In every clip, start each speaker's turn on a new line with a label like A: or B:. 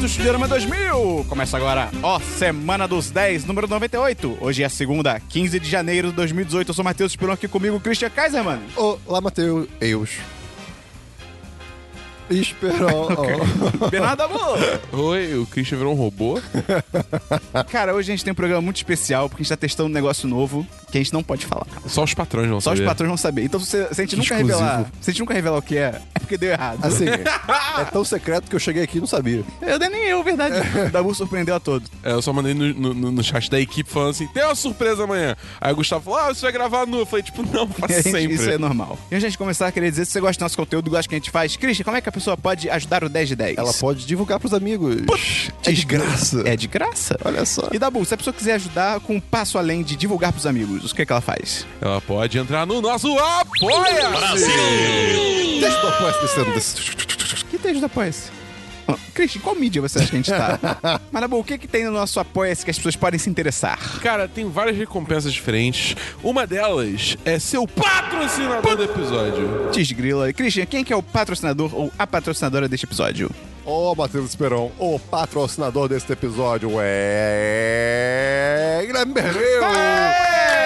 A: do Cinema 2000. Começa agora, ó, Semana dos 10, número 98. Hoje é segunda, 15 de janeiro de 2018. Eu sou Matheus Esperon aqui comigo, Christian Kaiser, mano.
B: Olá, Matheus. Eus. Esperou.
A: Bernardo Amor.
C: Oi, o Christian virou um robô.
A: Cara, hoje a gente tem um programa muito especial, porque a gente tá testando um negócio novo que a gente não pode falar.
C: Só os patrões não
A: Só os
C: sabia.
A: patrões vão saber. Então, se, se a gente nunca
C: Exclusivo.
A: revelar, se a gente nunca revelar o que é, é porque deu errado.
B: Assim, é tão secreto que eu cheguei aqui e não sabia.
A: eu nem eu, verdade. O Dabu surpreendeu a todos.
C: É, eu só mandei no, no- no- no chat da equipe falando assim: tem uma surpresa amanhã. Aí o Gustavo falou: ah, você vai gravar nu. Eu falei: tipo, não,
A: E a
C: faz
A: gente-
C: sempre.
A: Isso é normal. E antes de começar, queria dizer, se você gosta do nosso conteúdo, gosta do que a gente faz, Christian, como é que a pessoa pode ajudar o 10 de 10?
B: Ela pode divulgar pros amigos.
A: é de-
B: Desgraça.
A: É de graça.
B: Olha só.
A: E Dabu, se a pessoa quiser ajudar com um passo além de divulgar pros amigos, o que, é que ela faz?
C: Ela pode entrar no nosso apoia
B: Deixa eu apoiar esse descendo.
A: Que texto da poesia? Ah, Christian, qual mídia você acha que a gente tá? Mas, Dabu, o que, que tem no nosso apoia-se que as pessoas podem se interessar?
C: Cara, tem várias recompensas diferentes. Uma delas é ser o patrocinador do episódio.
A: Desgrila. Christian, quem que é o patrocinador ou a patrocinadora deste episódio?
B: Ô, Matheus Esperon, o patrocinador deste episódio é. Guilherme Berreu!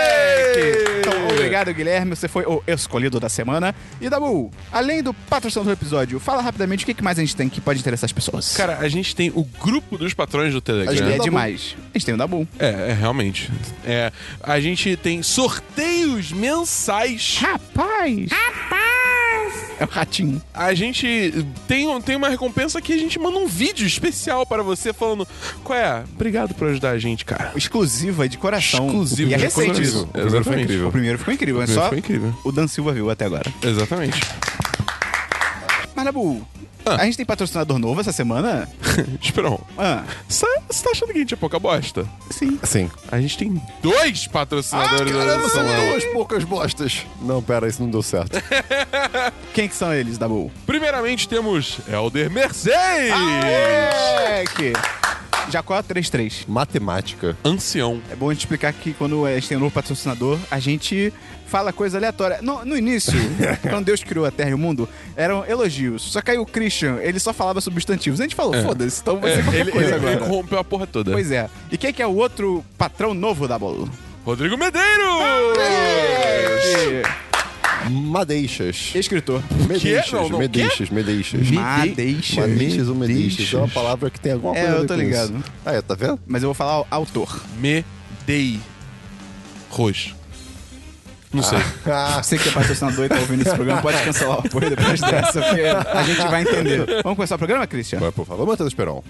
A: Então, obrigado, Guilherme. Você foi o escolhido da semana. E, Dabu, além do patrocinador do episódio, fala rapidamente o que que mais a gente tem que pode interessar as pessoas.
C: Cara, a gente tem o grupo dos patrões do
B: A gente
A: ele
C: Telegram.
A: é
B: Dabu.
A: demais. A gente tem o Dabu.
C: É, é, realmente. É, a gente tem sorteios mensais.
A: Rapaz! Rapaz! É o ratinho.
C: A gente tem, um- tem uma recompensa que a gente manda um vídeo especial para você falando qual é. Obrigado por ajudar a gente, cara.
A: Exclusiva de coração.
C: Exclusivo
A: E é
C: de
A: recente
C: coração.
A: isso.
C: O primeiro foi incrível.
A: O primeiro ficou incrível. mas
C: primeiro
A: só
C: foi incrível.
A: o Dan Silva viu até agora.
C: Exatamente.
A: Mas, Dabu,
C: Ah.
A: a gente tem patrocinador novo essa semana?
C: Esperão,
A: Ah,
C: você tá achando que a gente é pouca bosta?
A: sim.
B: Sim.
C: A gente tem dois patrocinadores
A: Ah,
B: Caramba,
C: nessa
B: são
C: semana.
B: duas poucas bostas. Não, pera, isso não deu certo.
A: Quem que são eles, Dabu?
C: Primeiramente temos Elder Mercedes.
A: Moleque! Jacó 33.
B: Matemática.
C: Ancião.
A: É bom a gente explicar que quando a gente tem um novo patrocinador, a gente fala coisa aleatória. No, no início, quando Deus criou a Terra e o mundo, eram elogios. Só que aí o Christian, ele só falava substantivos. A gente falou, foda-se, então vai ser qualquer
C: É. Ele,
A: coisa
C: ele-
A: agora.
C: ele corrompeu a porra toda.
A: Pois é. E quem que é o outro patrão novo da Bolo?
C: Rodrigo Medeiros!
B: Madeixas.
A: Escritor.
B: Medeixas,
C: Não, não,
B: medeixas, medeixas.
A: Madeixa.
B: Madeixas ou medeixas? É uma palavra que tem alguma
A: É,
B: coisa a ver
A: eu tô
B: com
A: ligado.
B: isso. Ah, é, tá vendo?
A: Mas eu vou falar o autor.
C: Medeiros. Não sei.
B: Ah,
A: Você que é patrocinador e tá ouvindo esse programa, pode cancelar o apoio depois dessa, porque a gente vai entender. Vamos começar o programa, Christian?
B: vai, por favor, Matheus Esperon.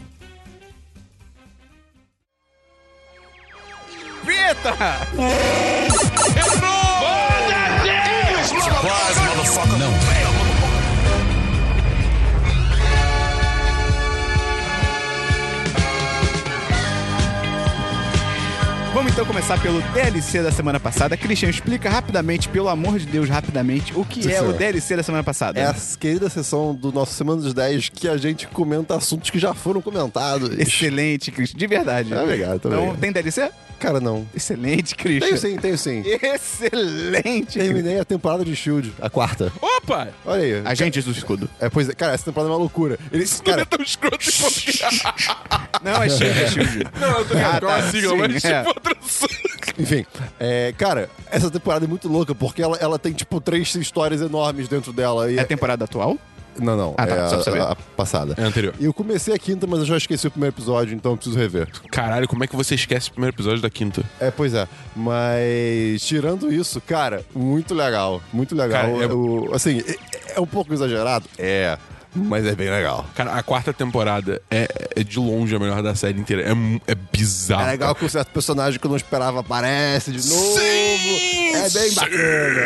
A: Vamos então começar pelo DLC da semana passada. Christian, explica rapidamente, pelo amor de Deus, rapidamente, o que
B: Sim,
A: é
B: senhor.
A: o DLC da semana passada.
B: É a querida sessão do nosso Semana dos 10 que a gente comenta assuntos que já foram comentados.
A: Excelente, Christian, de verdade.
B: Ah, obrigado, tá
A: Então,
B: obrigado.
A: tem DLC?
B: Cara, não.
A: Excelente, Christian.
B: Tenho sim, tenho sim.
A: Excelente. Christian.
B: Terminei a temporada de Shield, a quarta.
C: Opa!
B: Olha aí.
A: Agentes do escudo.
B: É, pois é, cara, essa temporada é uma loucura. Eles,
C: Não é
B: cara,
C: tão escroto quanto
A: Não, é Shield, é Shield.
C: Não, eu tô ligado,
A: Ah,
C: que é uma
A: tá,
C: sigla,
A: sim,
C: mas
A: é.
C: tipo outra sigla.
B: enfim. É, cara, essa temporada é muito louca porque ela, ela tem, tipo, três histórias enormes dentro dela. E
A: É a temporada atual?
B: Não, não.
A: Ah, tá,
B: é
A: só pra
B: a,
A: saber.
B: a- a passada.
C: É anterior.
B: Eu comecei a quinta, mas eu já esqueci o primeiro episódio, então eu preciso rever.
C: Caralho, como é que você esquece o primeiro episódio da quinta?
B: É, pois é. Mas tirando isso, cara, muito legal. Muito legal.
C: Cara, é-
B: O- assim, é, é um pouco exagerado? É, mas é bem legal.
C: Cara, a quarta temporada é, é de longe a melhor da série inteira. É, mu- é bizarro.
B: É legal que um certo personagem que eu não esperava aparece de novo.
C: Sim!
B: É bem
C: Sim!
B: bacana.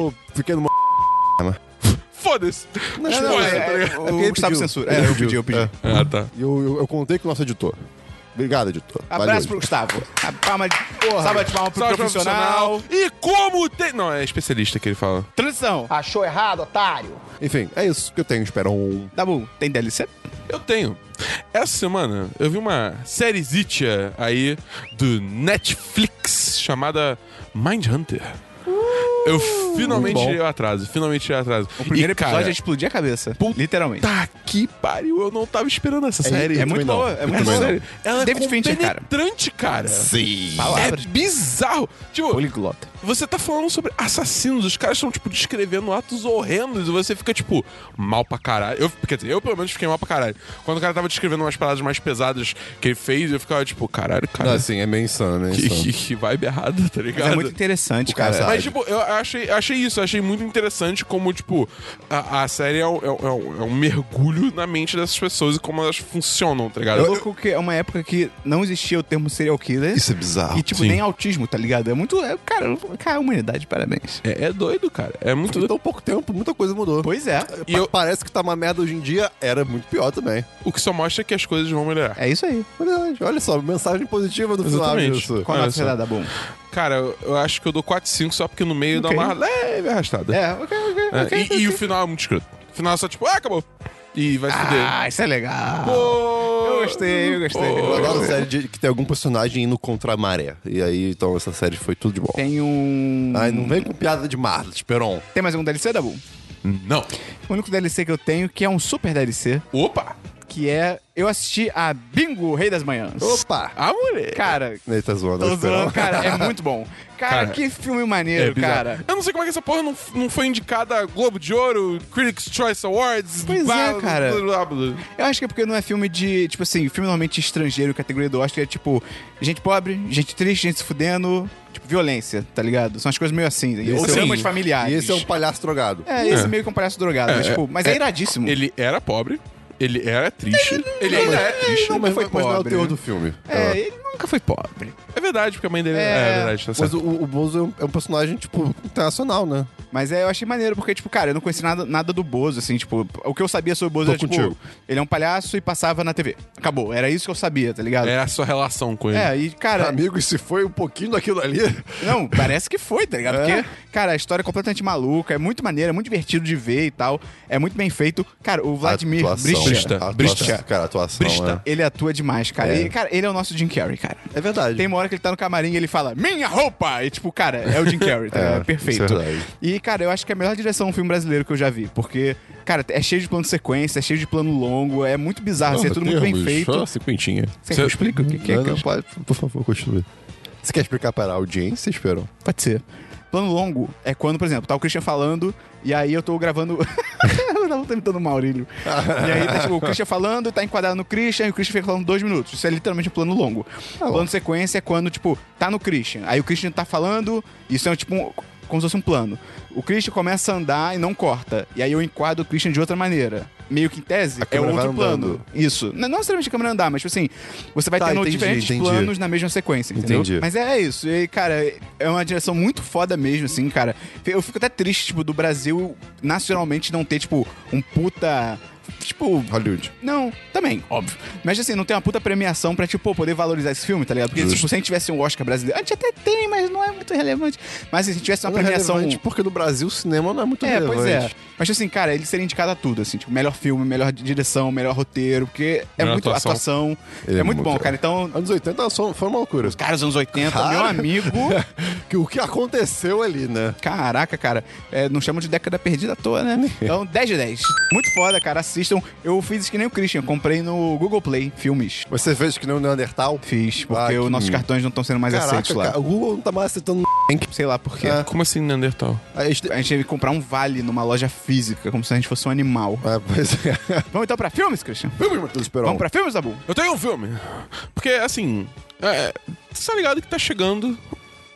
B: O pequeno mo-
C: Foda-se.
B: Não,
C: Tipo,
B: não,
C: é,
B: é-
C: tá ligado?
B: é
A: o
B: porque ele
A: Gustavo
B: pediu.
A: censura.
B: Ele
A: É, eu
B: pediu.
A: pedi, eu pedi.
B: É.
C: Ah, tá.
B: E eu, eu, eu contei com o nosso editor. Obrigado, editor.
A: Abraço pro Gustavo. A palma de, salva de palma pro
C: Salve,
A: profissional.
C: E como tem. Não, é especialista que ele fala.
A: Transição.
D: Achou errado, otário?
B: Enfim, é isso que eu tenho, um Esperon.
A: Dabu, tem DLC?
C: Eu tenho. Essa semana eu vi uma sériezitia aí do Netflix chamada Mindhunter. Eu
B: Muito
C: finalmente
B: bom.
C: tirei o atraso, finalmente tirei o atraso.
A: Uh, O primeiro
C: e, cara,
A: episódio é explodir a cabeça.
C: Puta
A: literalmente.
C: Tá que pariu, eu não tava esperando essa série.
A: é muito
B: também não.
A: boa, é
B: Eu
A: muito
B: também
A: boa.
B: não.
A: Sério.
C: Ela
A: David
C: é
A: Fincher, cara.
C: penetrante, cara.
B: Sim.
C: É
A: Palavras.
C: bizarro. Tipo,
A: Poliglota.
C: você tá falando sobre assassinos, os caras estão, tipo, descrevendo atos horrendos e você fica, tipo, mal pra caralho. Eu, quer dizer, eu pelo menos fiquei mal pra caralho. Quando o cara tava descrevendo umas paradas mais pesadas que ele fez, eu ficava, tipo, caralho,
B: Não,
C: cara.
B: assim, é meio insano, é
C: que,
B: insano.
C: que, que vibe errada, tá ligado?
A: Mas é muito interessante,
B: O cara
A: cara.
B: sabe.
C: Mas, tipo, eu achei, achei isso, achei muito interessante como, tipo, a, a série é um, é um- é um- é um mergulho na mente dessas pessoas e como elas funcionam, tá ligado?
A: É louco que é uma época que não existia o termo serial killer.
B: Isso é bizarro.
A: E, tipo,
C: Sim.
A: nem autismo, tá ligado? É muito. É, cara, cara, humanidade, parabéns.
C: É, é doido, cara. É muito doido.
B: Então, pouco tempo, muita coisa mudou.
A: Pois é.
C: E
B: Pa-
C: eu-
B: Parece que tá uma merda hoje em dia, era muito pior também.
C: O que só mostra é que as coisas vão melhorar.
A: É isso aí.
B: Verdade. Olha só, mensagem positiva do final
C: Exatamente.
B: disso.
A: Qual a
C: Olha
A: nota
C: só.
A: você dá da Boom?
C: Cara, eu, eu acho que eu dou 4, 5 só porque no meio
A: Ok.
C: dá uma leve arrastada.
A: É, ok, ok,
C: É,
A: ok.
C: e, e o final é muito escroto. O final é só tipo, ah, acabou. E vai se fuder.
A: Ah, isso é legal.
C: Pô,
A: eu gostei, eu gostei.
B: Eu adoro
A: Eu-
B: série de, que tem algum personagem indo contra a maré. E aí, então, essa série foi tudo de bom.
A: Tem um.
B: Ai, não vem com piada de Marla, Esperon.
A: Tem mais um DLC da Boom?
C: Não.
A: O único DLC que eu tenho, que é um super DLC,
C: Opa!
A: que é. Eu assisti a Bingo, Rei das Manhãs.
B: Opa!
C: A mulher.
A: Cara,
B: Ele tá zoando,
A: tô
B: o Esperon.
A: zoando, cara, é muito bom. Cara,
C: Cara,
A: que filme
C: É
A: maneiro,
C: bizarro.
A: cara.
C: Eu não sei como é que essa porra não, não foi indicada a Globo de Ouro, Critics' Choice Awards.
A: Pois é, cara.
C: blá, blá, blá.
A: Eu acho que é porque não é filme de, tipo assim, filme normalmente estrangeiro, categoria do Oscar, é tipo, gente pobre, gente triste, gente se fudendo, tipo, violência, tá ligado? São as coisas meio assim, ou
B: esse é um-
A: dramas familiares.
B: E esse é um palhaço drogado.
A: É, esse meio que é um palhaço drogado, mas, tipo, mas é,
C: é-
A: iradíssimo.
C: Ele era pobre, ele era triste, ele ainda é triste.
A: nunca
B: mas,
A: foi
B: mas não é o
A: pobre,
B: teor
A: né?
B: do filme. Ah,
A: É, ele nunca foi pobre.
C: É verdade, porque a mãe dele é,
A: É.
C: é verdade, tá
B: Mas
C: certo.
B: o, o Bozo é um, é um personagem, tipo, internacional, né?
A: Mas é, eu achei maneiro, porque, tipo, cara, eu não conheci nada, nada do Bozo, assim, tipo, o que eu sabia sobre o Bozo
B: Tô
A: era, tipo,
B: contigo.
A: ele é um palhaço e passava na TV. Acabou, era isso que eu sabia, tá ligado?
B: É.
C: Era É a sua relação com ele.
A: É, e, cara,
B: Amigo, e se foi um pouquinho daquilo ali?
A: Não, parece que foi, tá ligado? Porque, cara, a história é completamente maluca, é muito maneira, é muito divertido de ver e tal. É muito bem feito. Cara, o Vladimir
B: Atuação. né?
A: Brista,
B: Atuação,
C: Brista.
B: Cara, atuação, né?
C: Brista.
A: ele atua demais, cara.
B: É.
A: E, cara, ele é o nosso Jim Carrey, cara.
B: É, é verdade.
A: Tem uma hora que ele tá no camarim e ele fala, minha roupa! E tipo, cara, é o Jim Carrey, tá
B: É,
A: ligado?
B: isso é
A: Perfeito.
B: verdade.
A: e, cara, eu acho que é a melhor direção do filme brasileiro que eu já vi. Porque, cara, é cheio de plano de sequência, é cheio de plano longo, é muito bizarro, assim, é tudo muito
B: um
A: bem feito.
C: Cinquentinha.
A: Você quer que eu explique o que, que é?
B: não,
A: que eu-
B: não, pode, por favor, continue. Você quer explicar para a audiência, Esperon?
A: Pode ser. Plano longo é quando, por exemplo, tá o Christian falando e aí eu tô gravando. eu tava imitando o Maurílio. E aí tá tipo, o Christian falando, tá enquadrado no Christian e o Christian fica falando dois minutos. Isso é literalmente um plano longo.
B: Tá
A: plano de sequência é quando, tipo, tá no Christian. Aí o Christian tá falando, isso é tipo um- como se fosse um plano. O Christian começa a andar e não corta. E aí eu enquadro o Christian de outra maneira. Meio que em tese, é
B: câmera vai
A: outro plano.
B: andando.
A: Isso. Não, não necessariamente a câmera andar, mas tipo assim, você vai
B: Tá,
A: tendo
B: entendi,
A: diferentes
B: entendi.
A: planos na mesma sequência, entendeu?
B: Entendi.
A: Mas é isso. E, cara, é uma direção muito foda mesmo, assim, cara. Eu fico até triste, tipo, do Brasil nacionalmente não ter, tipo, um puta. Tipo.
B: Hollywood.
A: Não, também, óbvio. Mas assim, não tem uma puta premiação pra, tipo, poder valorizar esse filme, tá ligado? Porque,
B: Justo.
A: tipo, se a gente tivesse um Oscar brasileiro. A gente até tem, mas não é muito relevante. Mas assim, se a gente tivesse uma
B: Não é
A: premiação.
B: relevante porque no Brasil o cinema não é muito
A: É,
B: relevante.
A: pois é. Mas assim, cara, ele seria indicado a tudo, assim, tipo, melhor filme, melhor direção, melhor roteiro, porque é
C: Melhor
A: muito
C: atuação.
A: atuação. É,
B: Ele é
A: muito
B: muito
A: bom,
B: bom.
A: cara. Então,
B: Anos 80 só- foi uma loucura.
A: cara, os anos 80, meu
B: Cara.
A: amigo.
B: Que- o que aconteceu ali, né?
A: Caraca, cara, é, não chama de década perdida à toa, né? Então, 10 de 10. Muito foda, cara, assistam. Eu fiz que nem o Christian, comprei no Google Play filmes.
B: Você fez que nem o Neandertal?
A: Fiz,
B: Ah,
A: porque
B: que
A: os nossos
B: lindo.
A: cartões não estão sendo mais aceitos
B: Caraca,
A: lá.
B: cara, o Google não tá mais aceitando
A: Sei lá por quê.
B: É.
C: Como assim, Neandertal?
B: a gente...
A: A gente teve que comprar um vale numa loja física, como se a gente fosse um animal.
B: É, pois é.
A: Vamos então pra filmes, Christian?
B: Vamos, Matheus Esperon.
A: Vamos pra filmes, Dabu?
C: Eu tenho um filme. Porque, assim, é, você tá ligado que tá chegando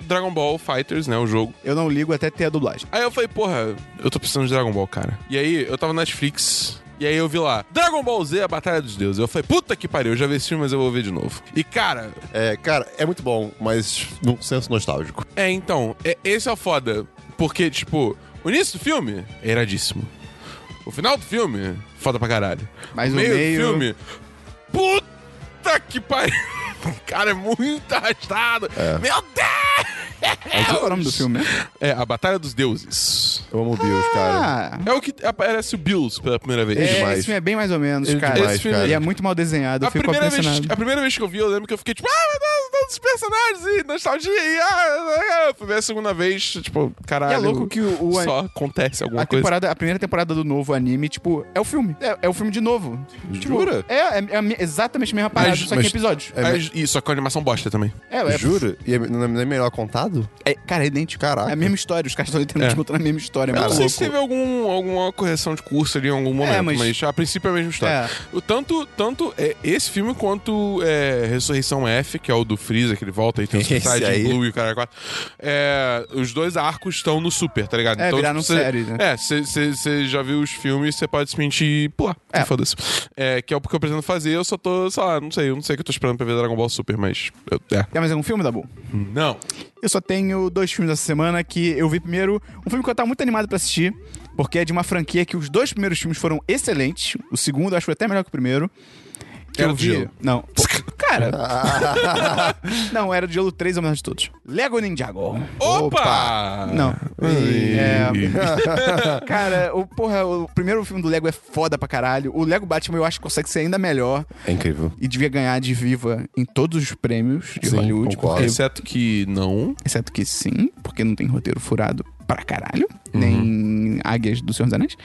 C: Dragon Ball Fighters, né, o jogo.
A: Eu não ligo até ter a dublagem.
C: Aí eu falei, porra, eu tô precisando de Dragon Ball, cara. E aí, eu tava na Netflix. E aí eu vi lá, Dragon Ball Z, a Batalha dos Deuses. Eu falei, puta que pariu, eu já vi esse filme, mas eu vou ver de novo. E cara,
B: É, cara, é muito bom, mas num senso nostálgico.
C: É, então, é- esse é o foda. Porque, tipo, o início do filme é iradíssimo. O final do filme, foda pra caralho.
A: Mas
C: o
A: o
C: meio,
A: meio-
C: do filme, puta que pariu. Cara, é muito arrastado.
A: É.
C: Meu
A: Qual é o
C: Deus!
A: nome do filme? né?
C: É, A Batalha dos Deuses.
B: Eu amo o Bills, cara.
A: Ah,
C: É o que aparece o Bills pela primeira vez.
A: é,
B: demais.
A: esse filme é bem mais ou menos,
B: Ele
A: cara.
B: demais,
A: Esse filme-
B: cara.
A: E é muito mal desenhado, eu
C: A
A: fico
C: primeira, vez,
A: impressionado.
C: a primeira vez que eu vi, eu lembro que eu fiquei tipo, ah, meu Deus, outros personagens e nostalgia. E, ah, ah, fui ver a segunda vez, tipo, caralho.
A: E é louco que o- o-
C: Só acontece alguma
A: A,
C: coisa.
A: temporada, a primeira temporada do novo anime, tipo, é o filme. É, é o filme de novo. Tipo,
B: Jura?
A: É, é, é a me- exatamente a mesma parada,
C: Mas-
A: só que
C: mas-
A: em episódios.
C: É, mas- e só que a animação bosta também.
A: É, é,
B: Juro? E é- não é não é melhor contado?
A: é- cara, é idêntico.
B: Caraca.
A: É a mesma história, os caras estão literalmente
C: É.
A: contando a mesma história. É
C: Eu
A: muito
C: não sei
A: louco.
C: se teve algum, alguma correção de curso ali em algum momento, mas...
A: mas-
C: a princípio é a mesma história. O Tanto, tanto é, esse filme quanto é, Ressurreição F, que é o do Freeza, que ele volta e tem os
B: Esse
C: hospitais de
B: aí.
C: Blue e o cara quatro. É, os dois arcos estão no super, tá ligado?
A: É, viraram
C: tipo, cê-
A: série, né?
C: É, você já viu os filmes, você pode simplesmente pular. É. Foda-se. É, que é o que eu pretendo fazer, eu só tô, sei lá, não sei, eu não sei o que eu tô esperando pra ver Dragon Ball Super, mas. eu- é.
A: Quer mais algum filme, Dabu?
C: Não.
A: Eu só tenho dois filmes essa semana que eu vi primeiro. Um filme que eu tava muito animado pra assistir, porque é de uma franquia que os dois primeiros filmes foram excelentes. O segundo eu acho que foi até melhor que o primeiro. Que
C: Era
A: eu
C: do Ah.
A: vi.
C: gelo.
A: Não. Pô, cara. não, era de gelo 3 é o melhor de todos. Lego Ninjago.
C: Opa! É.
A: Não.
C: Ei.
A: É, cara, o, porra, o primeiro filme do Lego é foda pra caralho. O Lego Batman eu acho que consegue ser ainda melhor
B: É incrível.
A: e devia ganhar de viva em todos os prêmios de
B: Sim,
A: Hollywood.
B: concordo.
A: porque-
C: Exceto que não.
A: Exceto que sim, porque não tem roteiro furado pra caralho. Nem águias do Senhor dos Anéis.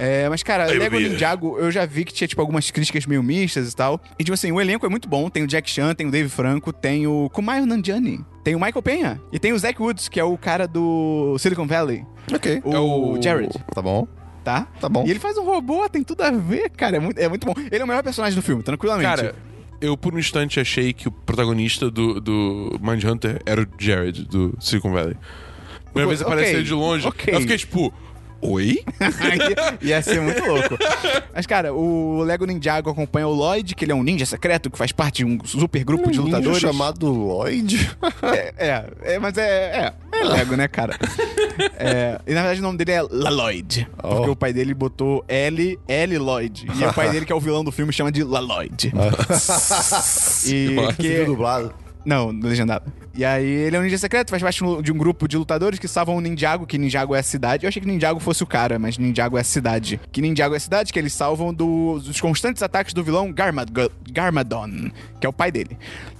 A: É, mas, cara, Lego
C: vi.
A: Ninjago, eu já vi que tinha, tipo, algumas críticas meio mistas e tal. E, tipo assim, o elenco é muito bom. Tem o Jack Chan, tem o Dave Franco, tem o Kumail Nanjiani, tem o Michael Penha. E tem o Zach Woods, que é o cara do Silicon Valley.
B: Ok.
A: O,
C: É o-
A: Jared,
B: Tá bom?
A: tá?
B: Tá bom.
A: E ele faz um robô, tem tudo a ver, cara. É muito, é muito bom. Ele é o melhor personagem do filme, tranquilamente.
C: Cara, eu por um instante achei que o protagonista do, do Mindhunter era o Jared, do Silicon Valley. Primeira vez
A: Ok,
C: apareceu ele de longe,
A: ok.
C: eu fiquei tipo, oi?
A: Aí ia ser muito louco. Mas, cara, o Lego Ninjago acompanha o Lloyd, que ele é um ninja secreto que faz parte de um super grupo de
B: Um ninja
A: lutadores.
B: chamado Lloyd?
A: É, é, é, mas é, é, é Lego, né, cara? É, e na verdade o nome dele é Laloid. Porque
B: Oh.
A: o pai dele botou L, L Lloyd. E o pai dele, que é o vilão do filme, chama de Laloid. e
B: Tudo
A: que... é
B: dublado.
A: Não, legendado. E aí ele é um ninja secreto, faz parte de um grupo de lutadores que salvam o Ninjago, que Ninjago é a cidade. Eu achei que Ninjago fosse o cara, mas Ninjago é a cidade. Que Ninjago é a cidade que eles salvam do- dos constantes ataques do vilão Garmad- Garmadon, que é o pai dele.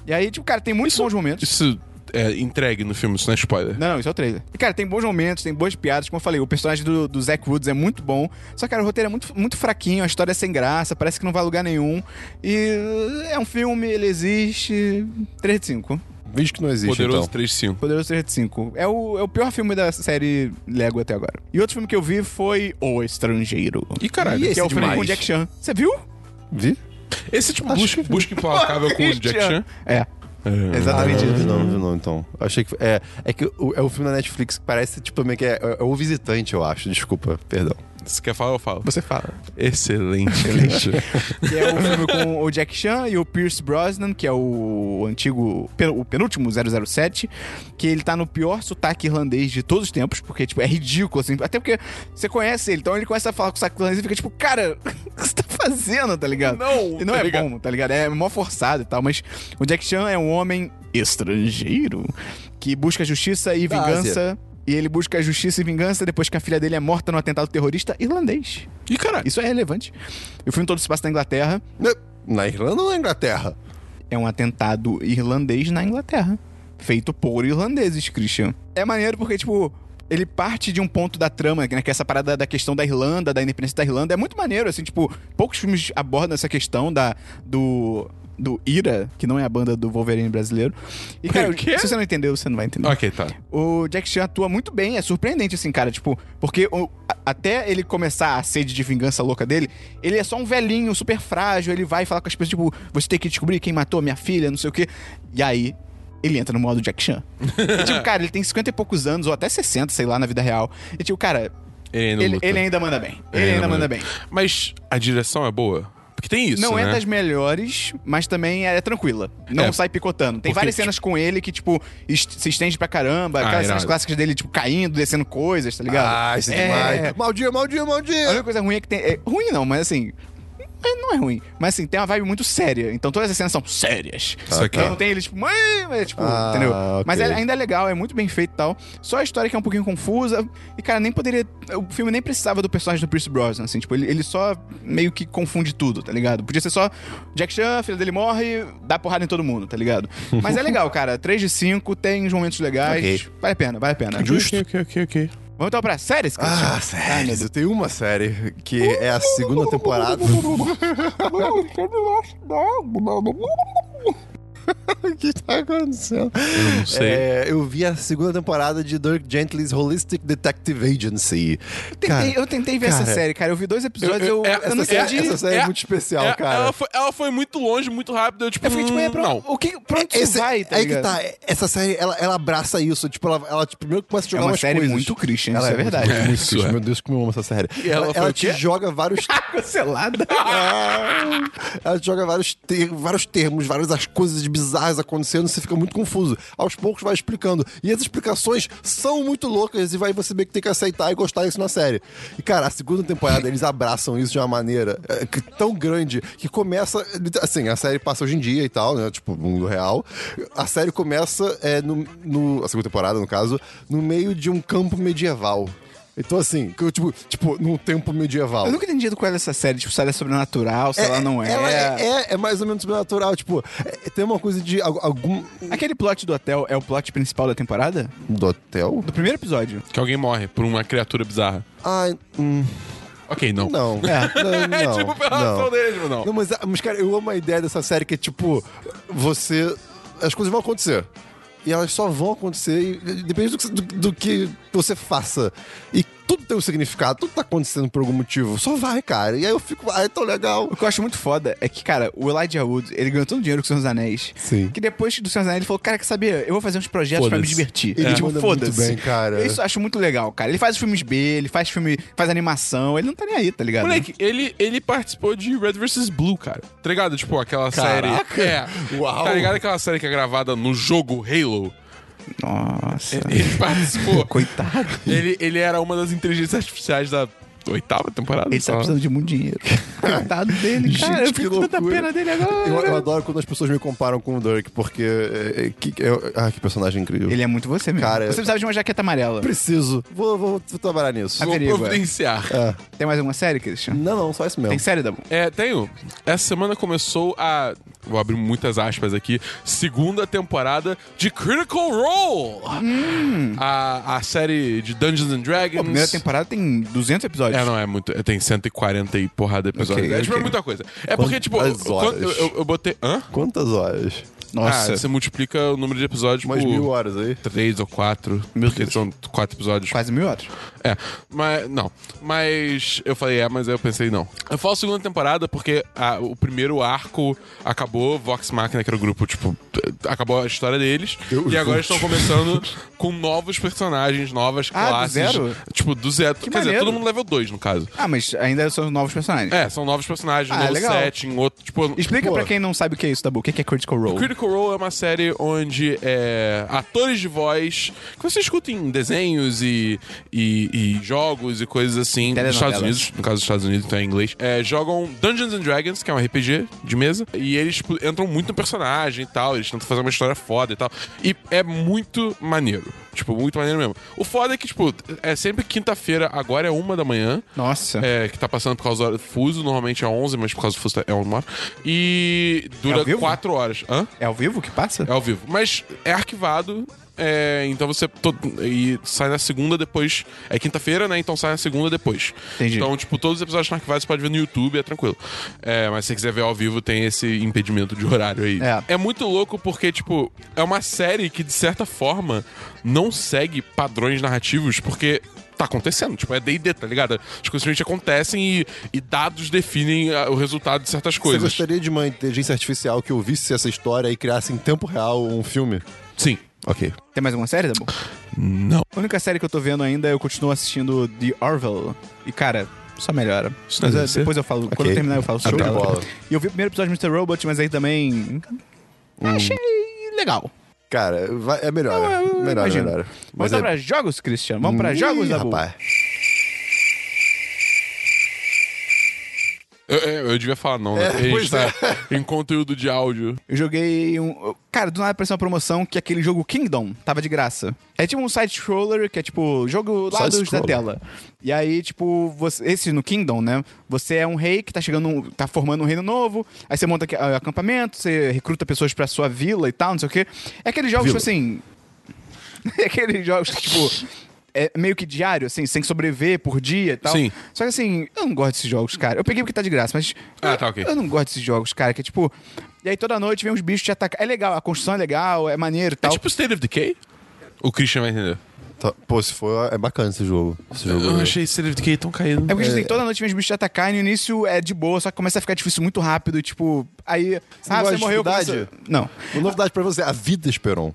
A: E aí, tipo, cara, tem muitos bons momentos.
C: Isso é entregue no filme, isso não é spoiler.
A: Não, não, isso é o trailer. E, cara, tem bons momentos, tem boas piadas. Como eu falei, o personagem do, do Zack Woods é muito bom. Só, cara, o roteiro é muito, muito fraquinho, a história é sem graça, parece que não vai a lugar nenhum. E uh, é um filme, ele existe. 3 de 5.
B: Vídeo que não existe,
C: Poderoso
B: então.
C: 35.
A: Poderoso 305. É o, é o pior filme da série Lego até agora. E outro filme que eu vi foi O Estrangeiro.
C: E caralho,
B: E
A: que é o filme
B: esse demais.
A: com Jack Chan. Você viu?
B: Vi?
C: esse tipo busca, busca implacável com o Jack Chan.
A: É, exatamente
B: não,
A: isso.
B: não, não, não, então. Achei que. É, é que o, é o filme da Netflix que parece, tipo, meio que é, é o visitante, eu acho. Desculpa, perdão.
C: Se quer falar, eu falo.
A: Você fala.
C: Excelente, excelente.
A: Que é o filme com o Jack Chan e o Pierce Brosnan, que é o antigo, pen- o penúltimo 007, que ele tá no pior sotaque irlandês de todos os tempos, porque, tipo, é ridículo, assim. Até porque você conhece ele, então ele começa a falar com o sotaque irlandês e fica tipo, cara, o que você tá fazendo, tá ligado?
C: Não,
A: E não
C: tá
A: é
C: ligado?
A: bom, tá ligado? É mó forçado e tal, mas o Jack Chan é um homem estrangeiro que busca justiça e
C: Tá,
B: Da
A: vingança. E ele busca justiça e vingança depois que a filha dele é morta num atentado terrorista irlandês.
C: e caralho,
A: Isso é relevante. E o filme todo se passa na Inglaterra.
B: Na Irlanda ou na Inglaterra?
A: É um atentado irlandês na Inglaterra. Feito por irlandeses, Christian. É maneiro porque, tipo, ele parte de um ponto da trama, né, que é essa parada da questão da Irlanda, da independência da Irlanda. É muito maneiro, assim, tipo, poucos filmes abordam essa questão da, do. Do Ira, que não é a banda do Wolverine brasileiro. E, cara,
C: O quê?
A: se você não entendeu, você não vai entender.
C: Ok, tá.
A: O Jack Chan atua muito bem, é surpreendente, assim, cara. Tipo, porque o- a- até ele começar a sede de vingança louca dele, ele é só um velhinho super frágil. Ele vai falar com as pessoas, tipo, você tem que descobrir quem matou minha filha, não sei o quê. E aí, ele entra no modo Jack Chan. E, tipo, cara, ele tem 50 e poucos anos, ou até 60, sei lá, na vida real. E, tipo, cara,
C: Ele ainda
A: ele,
C: luta.
A: ele ainda manda bem. Ele ainda manda bem.
C: Mas a direção é boa? Porque tem isso,
A: Não
C: né?
A: é das melhores, mas também é tranquila. Não
C: É.
A: sai picotando. Tem
C: Porque,
A: várias
C: tipo-
A: cenas com ele que, tipo, est- se estende pra caramba.
C: Ah,
A: Aquelas cenas
C: irado.
A: clássicas dele, tipo, caindo, descendo coisas, tá ligado?
B: Ah, isso é,
A: É.
B: demais. Maldia, maldia,
A: A
B: maldia.
A: única coisa ruim é que tem. é, ruim não, mas assim. é, não é ruim. Mas assim, tem uma vibe muito séria. Então todas as cenas são sérias.
C: Isso aqui.
A: Então não tem ele tipo, mãe, é, tipo,
B: Ah,
A: entendeu?
B: ok.
A: Mas é- ainda é legal, é muito bem feito e tal. Só a história que é um pouquinho confusa. E, cara, nem poderia. O filme nem precisava do personagem do Pierce Brosnan, assim, tipo, ele, ele só meio que confunde tudo, tá ligado? Podia ser só Jack Chan, a filha dele morre, dá porrada em todo mundo, tá ligado? Mas é legal, cara. 3 de 5, tem uns momentos legais.
B: Ok.
A: Vale a pena, vale a pena.
C: É Justo. Ok, ok, ok.
A: Vamos então pra séries, Christian?
B: Ah, séries. Eu tenho uma série que é a segunda temporada. O que tá acontecendo?
C: Eu não sei.
B: É, eu vi a segunda temporada de Dirk Gently's Holistic Detective Agency.
A: Tentei- eu tentei ver essa
B: cara,
A: série, cara. Eu vi dois episódios, eu, eu,
C: é-
A: não
B: essa série-
A: entendi.
B: essa série é muito especial, cara.
C: Ela foi, ela foi muito longe, muito rápido. Eu, tipo,
A: Eu fiquei tipo,
C: hum,
A: é, pra,
C: não.
A: o que, pra onde isso
B: Esse-
A: vai, tá
B: aí
A: ligado?
B: que tá. Essa série, ela, ela abraça isso. Tipo, ela, ela tipo, primeiro começa a
A: É
B: jogar
A: uma
B: umas
A: série
B: coisas.
A: muito Christian, isso
B: Ela
A: é,
B: muito,
A: verdade.
B: muito, muito
C: Isso é.
B: Meu Deus, como eu amo essa série.
C: E ela foi o
B: te
C: quê?
B: joga vários
A: Cancelada.
B: Ela joga vários, ter- vários termos, várias as coisas bizarras acontecendo, você fica muito confuso. Aos poucos vai explicando. E as explicações são muito loucas e vai você meio que ter que aceitar e gostar isso na série. E, cara, a segunda temporada eles abraçam isso de uma maneira é, que- tão grande que começa. Assim, a série passa hoje em dia e tal, né? Tipo, mundo real. A série começa é, no, no. A segunda temporada, no caso, no meio de um campo medieval. Então, assim, que eu, tipo, tipo, num tempo medieval.
A: Eu nunca entendi do qual é essa série, tipo, se ela é sobrenatural, se ela não é.
B: Ela é, é, é mais ou menos sobrenatural. Tipo, é- tem uma coisa de al- algum.
A: Aquele plot do hotel é o plot principal da temporada?
B: Do hotel?
A: Do primeiro episódio.
C: Que alguém morre por uma criatura bizarra.
B: Ai, hum,
C: Ok, não.
B: não. não,
C: é
B: não,
C: tipo pela
B: não.
C: ação dele, tipo, não.
B: Não, mas, ah, mas, cara, eu amo a ideia dessa série que é tipo, você. As coisas vão acontecer. E elas só vão acontecer, e, e depende do que, você- do- do que você faça. E tudo tem um significado, tudo tá acontecendo por algum motivo. Só vai, cara. E aí eu fico, ai, é tão legal.
A: O que eu acho muito foda é que, cara, o Elijah Wood, ele ganhou tanto dinheiro com o Senhor dos Anéis.
B: Sim.
A: Que depois do Senhor dos Anéis, ele falou, cara, quer saber? Eu vou fazer uns projetos pra me
C: Foda-se.
A: divertir.
B: Ele
A: Ele, tipo,
B: manda muito
A: foda-se.
B: bem, cara.
A: Isso eu acho muito legal, cara. Ele faz filmes B, ele faz filme, faz animação, ele não tá nem aí, tá ligado?
C: Moleque, ele, ele participou de Red vs Blue, cara. Tá ligado? Tipo, aquela série. É.
B: Uau.
C: Tá ligado aquela série que é gravada no jogo Halo?
B: é,
A: Nossa.
C: Ele participou.
A: Coitado.
C: ele, ele era uma das inteligências artificiais da oitava temporada.
A: Ele
C: sei
A: tá
C: lá.
A: precisando de muito dinheiro. Coitado dele, cara.
B: Gente,
A: eu
B: que
A: fico com tanta
B: loucura.
A: pena dele agora.
B: Eu, eu adoro quando as pessoas me comparam com o Dirk, porque. É, é, que, é- ah, que personagem incrível.
A: Ele é muito você mesmo.
B: Cara, eu-
A: você precisava de uma jaqueta amarela.
B: Preciso. Vou, vou, vou trabalhar nisso.
A: Ah,
C: Vou
A: Averigua.
C: providenciar.
A: Tem mais alguma série, Christian?
B: Não, não, só isso mesmo.
A: Tem série, Dabu?
C: É, tenho. Essa semana começou a. Vou abrir muitas aspas aqui. Segunda temporada de Critical Role! A, a série de Dungeons and Dragons.
A: A Hum. primeira temporada tem 200 episódios.
C: Hum. É, não, é muito. é, Tem 140 e porrada episódios.
A: Ok,
C: é tipo,
A: ok.
C: é muita coisa. É porque, tipo, eu,
B: Quantas horas?
C: eu, eu- eu botei. Hã?
B: Quantas horas?
A: Nossa.
C: Ah, você multiplica o número de episódios
B: Mais
C: por
B: mil horas aí.
C: três ou quatro.
A: Meu
C: porque
A: Deus.
C: são quatro episódios.
A: Quase mil horas.
C: É, mas. Não. Mas. Eu falei, é, mas aí eu pensei, não. Eu falo segunda temporada porque ah, o primeiro arco acabou, Vox Machina, que era o grupo, tipo, t- acabou a história deles.
B: Deus
C: e agora
B: Deus.
C: estão começando com novos personagens, novas
A: Ah, do
C: classes.
A: zero?
C: Tipo, do zero. Quer dizer,
A: maneiro.
C: todo mundo level 2, no caso.
A: Ah, mas ainda são novos personagens.
C: É, são novos personagens,
A: Ah,
C: novo
A: legal.
C: setting, outro. Tipo,
A: Explica
B: Pô.
A: pra quem não sabe o que é isso, Dabu. O que que é Critical Role?
C: Critical Role é uma série onde é, atores de voz que você escuta em desenhos e, e, e jogos e coisas assim dos
A: Telenovelas.
C: Estados Unidos, no caso dos Estados Unidos, então é em inglês, é, jogam Dungeons and Dragons, que é um RPG de mesa, e eles tipo, entram muito no personagem e tal, eles tentam fazer uma história foda e tal, e é muito maneiro. Tipo, muito maneiro mesmo. O foda é que, tipo, é sempre quinta-feira, agora é uma da manhã.
A: Nossa.
C: É, que tá passando por causa do fuso, normalmente é 11, mas por causa do fuso é 1 hora. E
A: É
C: dura
A: ao vivo?
C: 4 horas. Hã?
A: É ao vivo que passa?
C: É ao vivo. Mas é arquivado. é, então você. todo- e sai na segunda depois. É quinta-feira, né? Então sai na segunda depois.
A: Entendi.
C: Então, tipo, todos os episódios estão arquivados, você pode ver no YouTube, é tranquilo. É, mas se você quiser ver ao vivo, tem esse impedimento de horário aí.
A: É.
C: muito louco porque, tipo, é uma série que, de certa forma, não segue padrões narrativos, porque. Tá acontecendo, tipo, é DD, tá ligado? As coisas simplesmente acontecem e, e dados definem ah, o resultado de certas
B: Você
C: coisas.
B: gostaria de uma inteligência artificial que ouvisse essa história e criasse em tempo real um filme?
C: Sim.
B: Ok.
A: Tem mais alguma série, Dabu?
C: Não.
A: A única série que eu tô vendo ainda, eu continuo assistindo The Orville. E, cara, só melhora.
C: Isso não é
A: Mas, é,
C: DLC?
A: depois eu falo. Quando eu terminar, eu falo sobre
B: Show de
A: ela.
B: bola.
A: E eu vi o primeiro episódio de Mr. Robot, mas aí também...
C: Hum.
A: Achei legal.
B: Cara, vai- é melhor.
A: Eu
B: melhor,
A: imagino.
B: melhor.
A: Vamos
B: é...
A: então pra jogos, Christian? Vamos pra
B: Ih,
A: jogos, Dabu?
B: rapaz.
C: Eu, eu- eu devia falar não, né?
B: É,
C: Porque a gente
B: pois
C: tá em conteúdo de áudio.
A: Eu joguei um. Cara, do nada apareceu uma promoção que aquele jogo Kingdom tava de graça. É tipo um side-scroller, que é tipo jogo lados da
B: Side-scroller.
A: tela. E aí, tipo, você, esse no Kingdom, né? Você é um rei que tá chegando, tá formando um reino novo. Aí você monta aqui- ah, acampamento, você recruta pessoas pra sua vila e tal, não sei o quê. É aquele jogo, tipo
B: Vila.
A: assim. é aqueles jogos que, tipo. É meio que diário, assim, você tem que sobreviver por dia e tal.
C: Sim.
A: Só que assim, eu não gosto desses jogos, cara. Eu peguei porque tá de graça, mas.
C: Ah,
A: eu-
C: tá, ok.
A: Eu não gosto desses jogos, cara, que é tipo. E aí toda noite vem uns bichos te atacar. É legal, a construção é legal, é maneiro e
C: É
A: tal.
C: tipo State of Decay? O Christian vai entender.
B: Tá, pô, se for, é bacana esse jogo. Esse jogo é
C: Eu achei State of Decay tão caído.
A: É porque assim, toda noite vem os bichos te atacar e no início é de boa, só que começa a ficar difícil muito rápido e tipo. Aí.
B: não
A: ah,
B: gosta
A: você
B: de
A: morreu.
B: dificuldade?
A: começa- Não.
B: Uma novidade pra você, a vida, Esperon.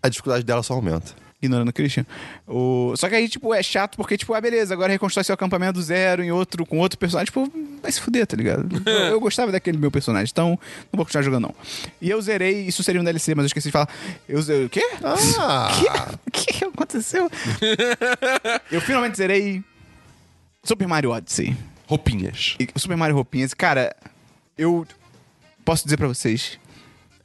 B: A dificuldade dela só aumenta.
A: ignorando o Christian. O... Só que aí, tipo, é chato porque, tipo, ah, beleza, agora reconstrói seu acampamento do zero em outro, com outro personagem. Tipo, vai se fuder, tá ligado? eu, eu gostava daquele meu personagem, então não vou continuar jogando, não. E eu zerei, isso seria um DLC, mas eu esqueci de falar. Eu zerei. O quê?
B: Ah!
A: O que que aconteceu? eu finalmente zerei Super Mario Odyssey.
C: Roupinhas.
A: E Super Mario Roupinhas, cara, eu posso dizer pra vocês,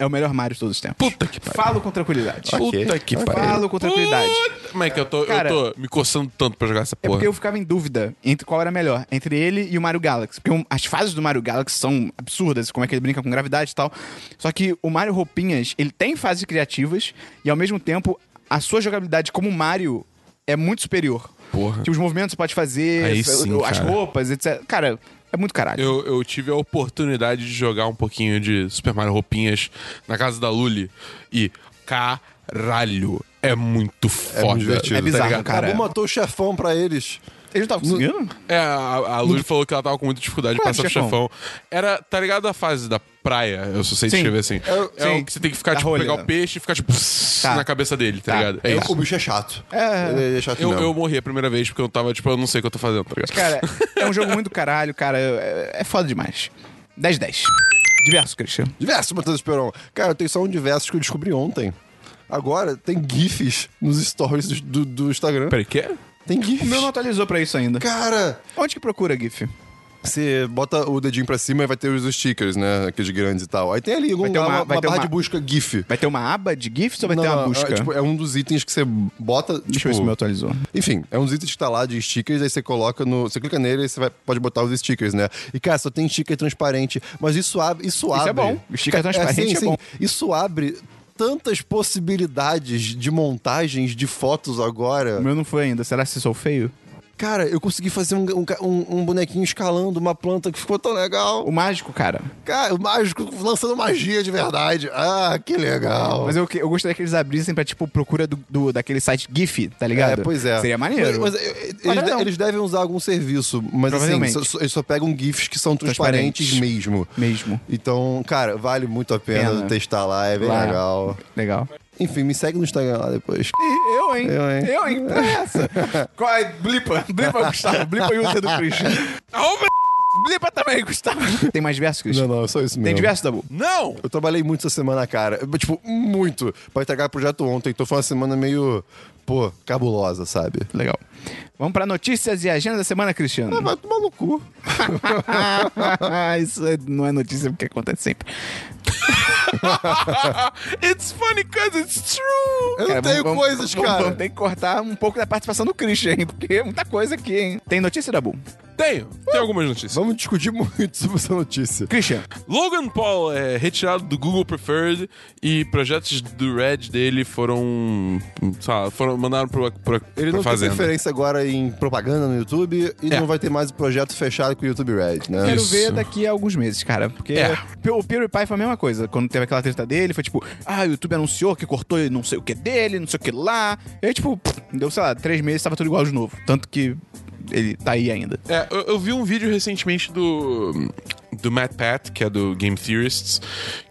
A: é o melhor Mario de todos os tempos.
C: Puta que pariu.
A: Falo com tranquilidade.
B: Ok.
C: Puta que
B: Ok.
C: pariu.
A: Falo com tranquilidade.
C: Puta- Mas é que eu tô,
A: Cara-
C: eu tô me coçando tanto pra jogar
A: É
C: essa porra.
A: porque eu ficava em dúvida entre qual era melhor, entre ele e o Mario Galaxy. Porque um- as fases do Mario Galaxy são absurdas, como é que ele brinca com gravidade e tal. Só que o Mario Roupinhas, ele tem fases criativas e ao mesmo tempo a sua jogabilidade como Mario é muito superior.
C: Porra.
A: Que os movimentos você pode fazer,
C: Aí
A: fa-
C: sim,
A: as
C: cara.
A: roupas, etc. Cara, é muito caralho.
C: Eu, eu tive a oportunidade de jogar um pouquinho de Super Mario Roupinhas na casa da Luli. E caralho, é muito foda.
B: divertido.
A: É bizarro,
C: ligado?
A: cara.
B: Acabou, matou Tá, o chefão pra eles.
A: Ele não tava conseguindo?
C: É, a, a Luli falou que ela tava com muita dificuldade de
A: Qual é
C: passar
A: do
C: pro chefão. Era, tá ligado a fase da praia? Eu só sei
A: Sim.
C: descrever assim. É,
A: sim.
C: o que você tem que ficar,
A: Da
C: tipo,
A: rolha.
C: pegar o peixe e ficar, tipo, pss,
A: Tá.
C: na cabeça dele, tá,
A: Tá.
C: ligado? É
A: Eu-
C: isso.
B: O bicho é chato.
A: É.
B: Ele é chato
C: Eu,
B: mesmo.
C: eu morri a primeira vez porque eu tava, tipo, eu não sei o que eu tô fazendo, tá ligado?
A: Cara, é um jogo muito do caralho, cara. É, é foda demais. 10-10. Diverso, Christian.
B: Diverso, Matheus Esperon. Cara, tem só um diverso que eu descobri ontem. Agora, tem GIFs nos stories do, do- do Instagram.
C: Peraí, quê?
B: Tem GIFs.
A: O meu não atualizou pra isso ainda.
B: Cara,
A: Onde que procura, GIF?
B: você bota o dedinho pra cima e vai ter os stickers, né? Aqueles grandes e tal. Aí tem ali algum
A: Vai ter
B: lugar,
A: uma-
B: uma,
A: vai
B: uma
A: ter
B: barra
A: uma-
B: de busca GIF.
A: Vai ter uma aba de GIFs ou vai
B: Não,
A: ter uma
B: não,
A: busca? Tipo,
B: É, tipo, é um dos itens que você bota. tipo,
A: Deixa eu ver se o meu atualizou.
B: Enfim, é uns itens que tá lá de stickers, aí você coloca no. Você clica nele e você vai- pode botar os stickers, né? E, cara, só tem sticker transparente. Mas isso abre. Isso,
A: é
B: abre.
A: bom. Sticker transparente é bom.
B: Isso abre tantas possibilidades de montagens de fotos agora.
A: O meu não foi ainda. Será que sou feio?
B: Cara, eu consegui fazer um, um ca- um- um bonequinho escalando uma planta que ficou tão legal.
A: O mágico, cara.
B: Cara, o mágico lançando magia de verdade. Ah, que legal.
A: Mas eu, que- eu gostaria que eles abrissem pra, tipo, procura do, do- daquele site GIF, tá ligado?
B: É, pois é.
A: Seria maneiro.
B: Mas, mas, eh, eles,
A: Olha,
B: de-
A: não.
B: eles devem usar algum serviço, mas assim,
A: Provavelmente.
B: só- só- eles só pegam GIFs que são transparentes,
A: Transparentes.
B: mesmo.
A: Mesmo.
B: Então, cara, vale muito a pena,
A: Pena.
B: testar lá, é bem
A: Lá.
B: legal.
A: Legal.
B: Enfim, me segue no Instagram lá depois.
A: Ih, Eu, hein?
B: Eu, hein?
A: Eu, hein? Pra essa. Qual é? Blipa. Blipa, Gustavo. Blipa e usa do Christian.
C: Arruma-
A: Blipa também, Gustavo. Tem mais versos, Christian?
B: Não, não, é só isso mesmo.
A: Tem diversos, Dabu?
C: Não!
B: Eu trabalhei muito essa semana, cara. Eu, Tipo, muito. Pra entregar projeto ontem. Então foi uma semana meio, pô, cabulosa, sabe?
A: Legal. Vamos pra notícias e agenda da semana, Cristiano.
B: Vai tomar no cu.
A: Isso é- não é notícia porque acontece sempre.
C: It's funny because it's true!
B: Eu não tenho coisas, cara.
A: É, Vamos, tem que cortar um pouco da participação do Christian, hein? Porque é muita coisa aqui, hein? Tem notícia, Dabu?
C: Tenho, tem algumas notícias.
B: Vamos discutir muito sobre essa notícia.
A: Christian,
C: Logan Paul é retirado do Google Preferred e projetos do Red dele foram. sei lá, foram mandaram pro, pro,
B: Ele
C: pra
B: não
C: fazenda.
B: tem preferência agora em propaganda no YouTube e
C: Tá É.
B: não vai ter mais o projeto fechado com o YouTube Red, né?
A: quero
C: Isso.
A: ver daqui a alguns meses, cara. Porque
C: É.
A: P- o PewDiePie foi a mesma coisa. Quando teve aquela treta dele, foi tipo, ah, o YouTube anunciou que cortou não sei o que dele, não sei o que lá. E aí, tipo, pff, deu, sei lá, três meses, tava tudo igual de novo. Tanto que ele tá aí ainda.
C: É, eu, eu vi um vídeo recentemente do. Do Matt Pat, que é do Game Theorists,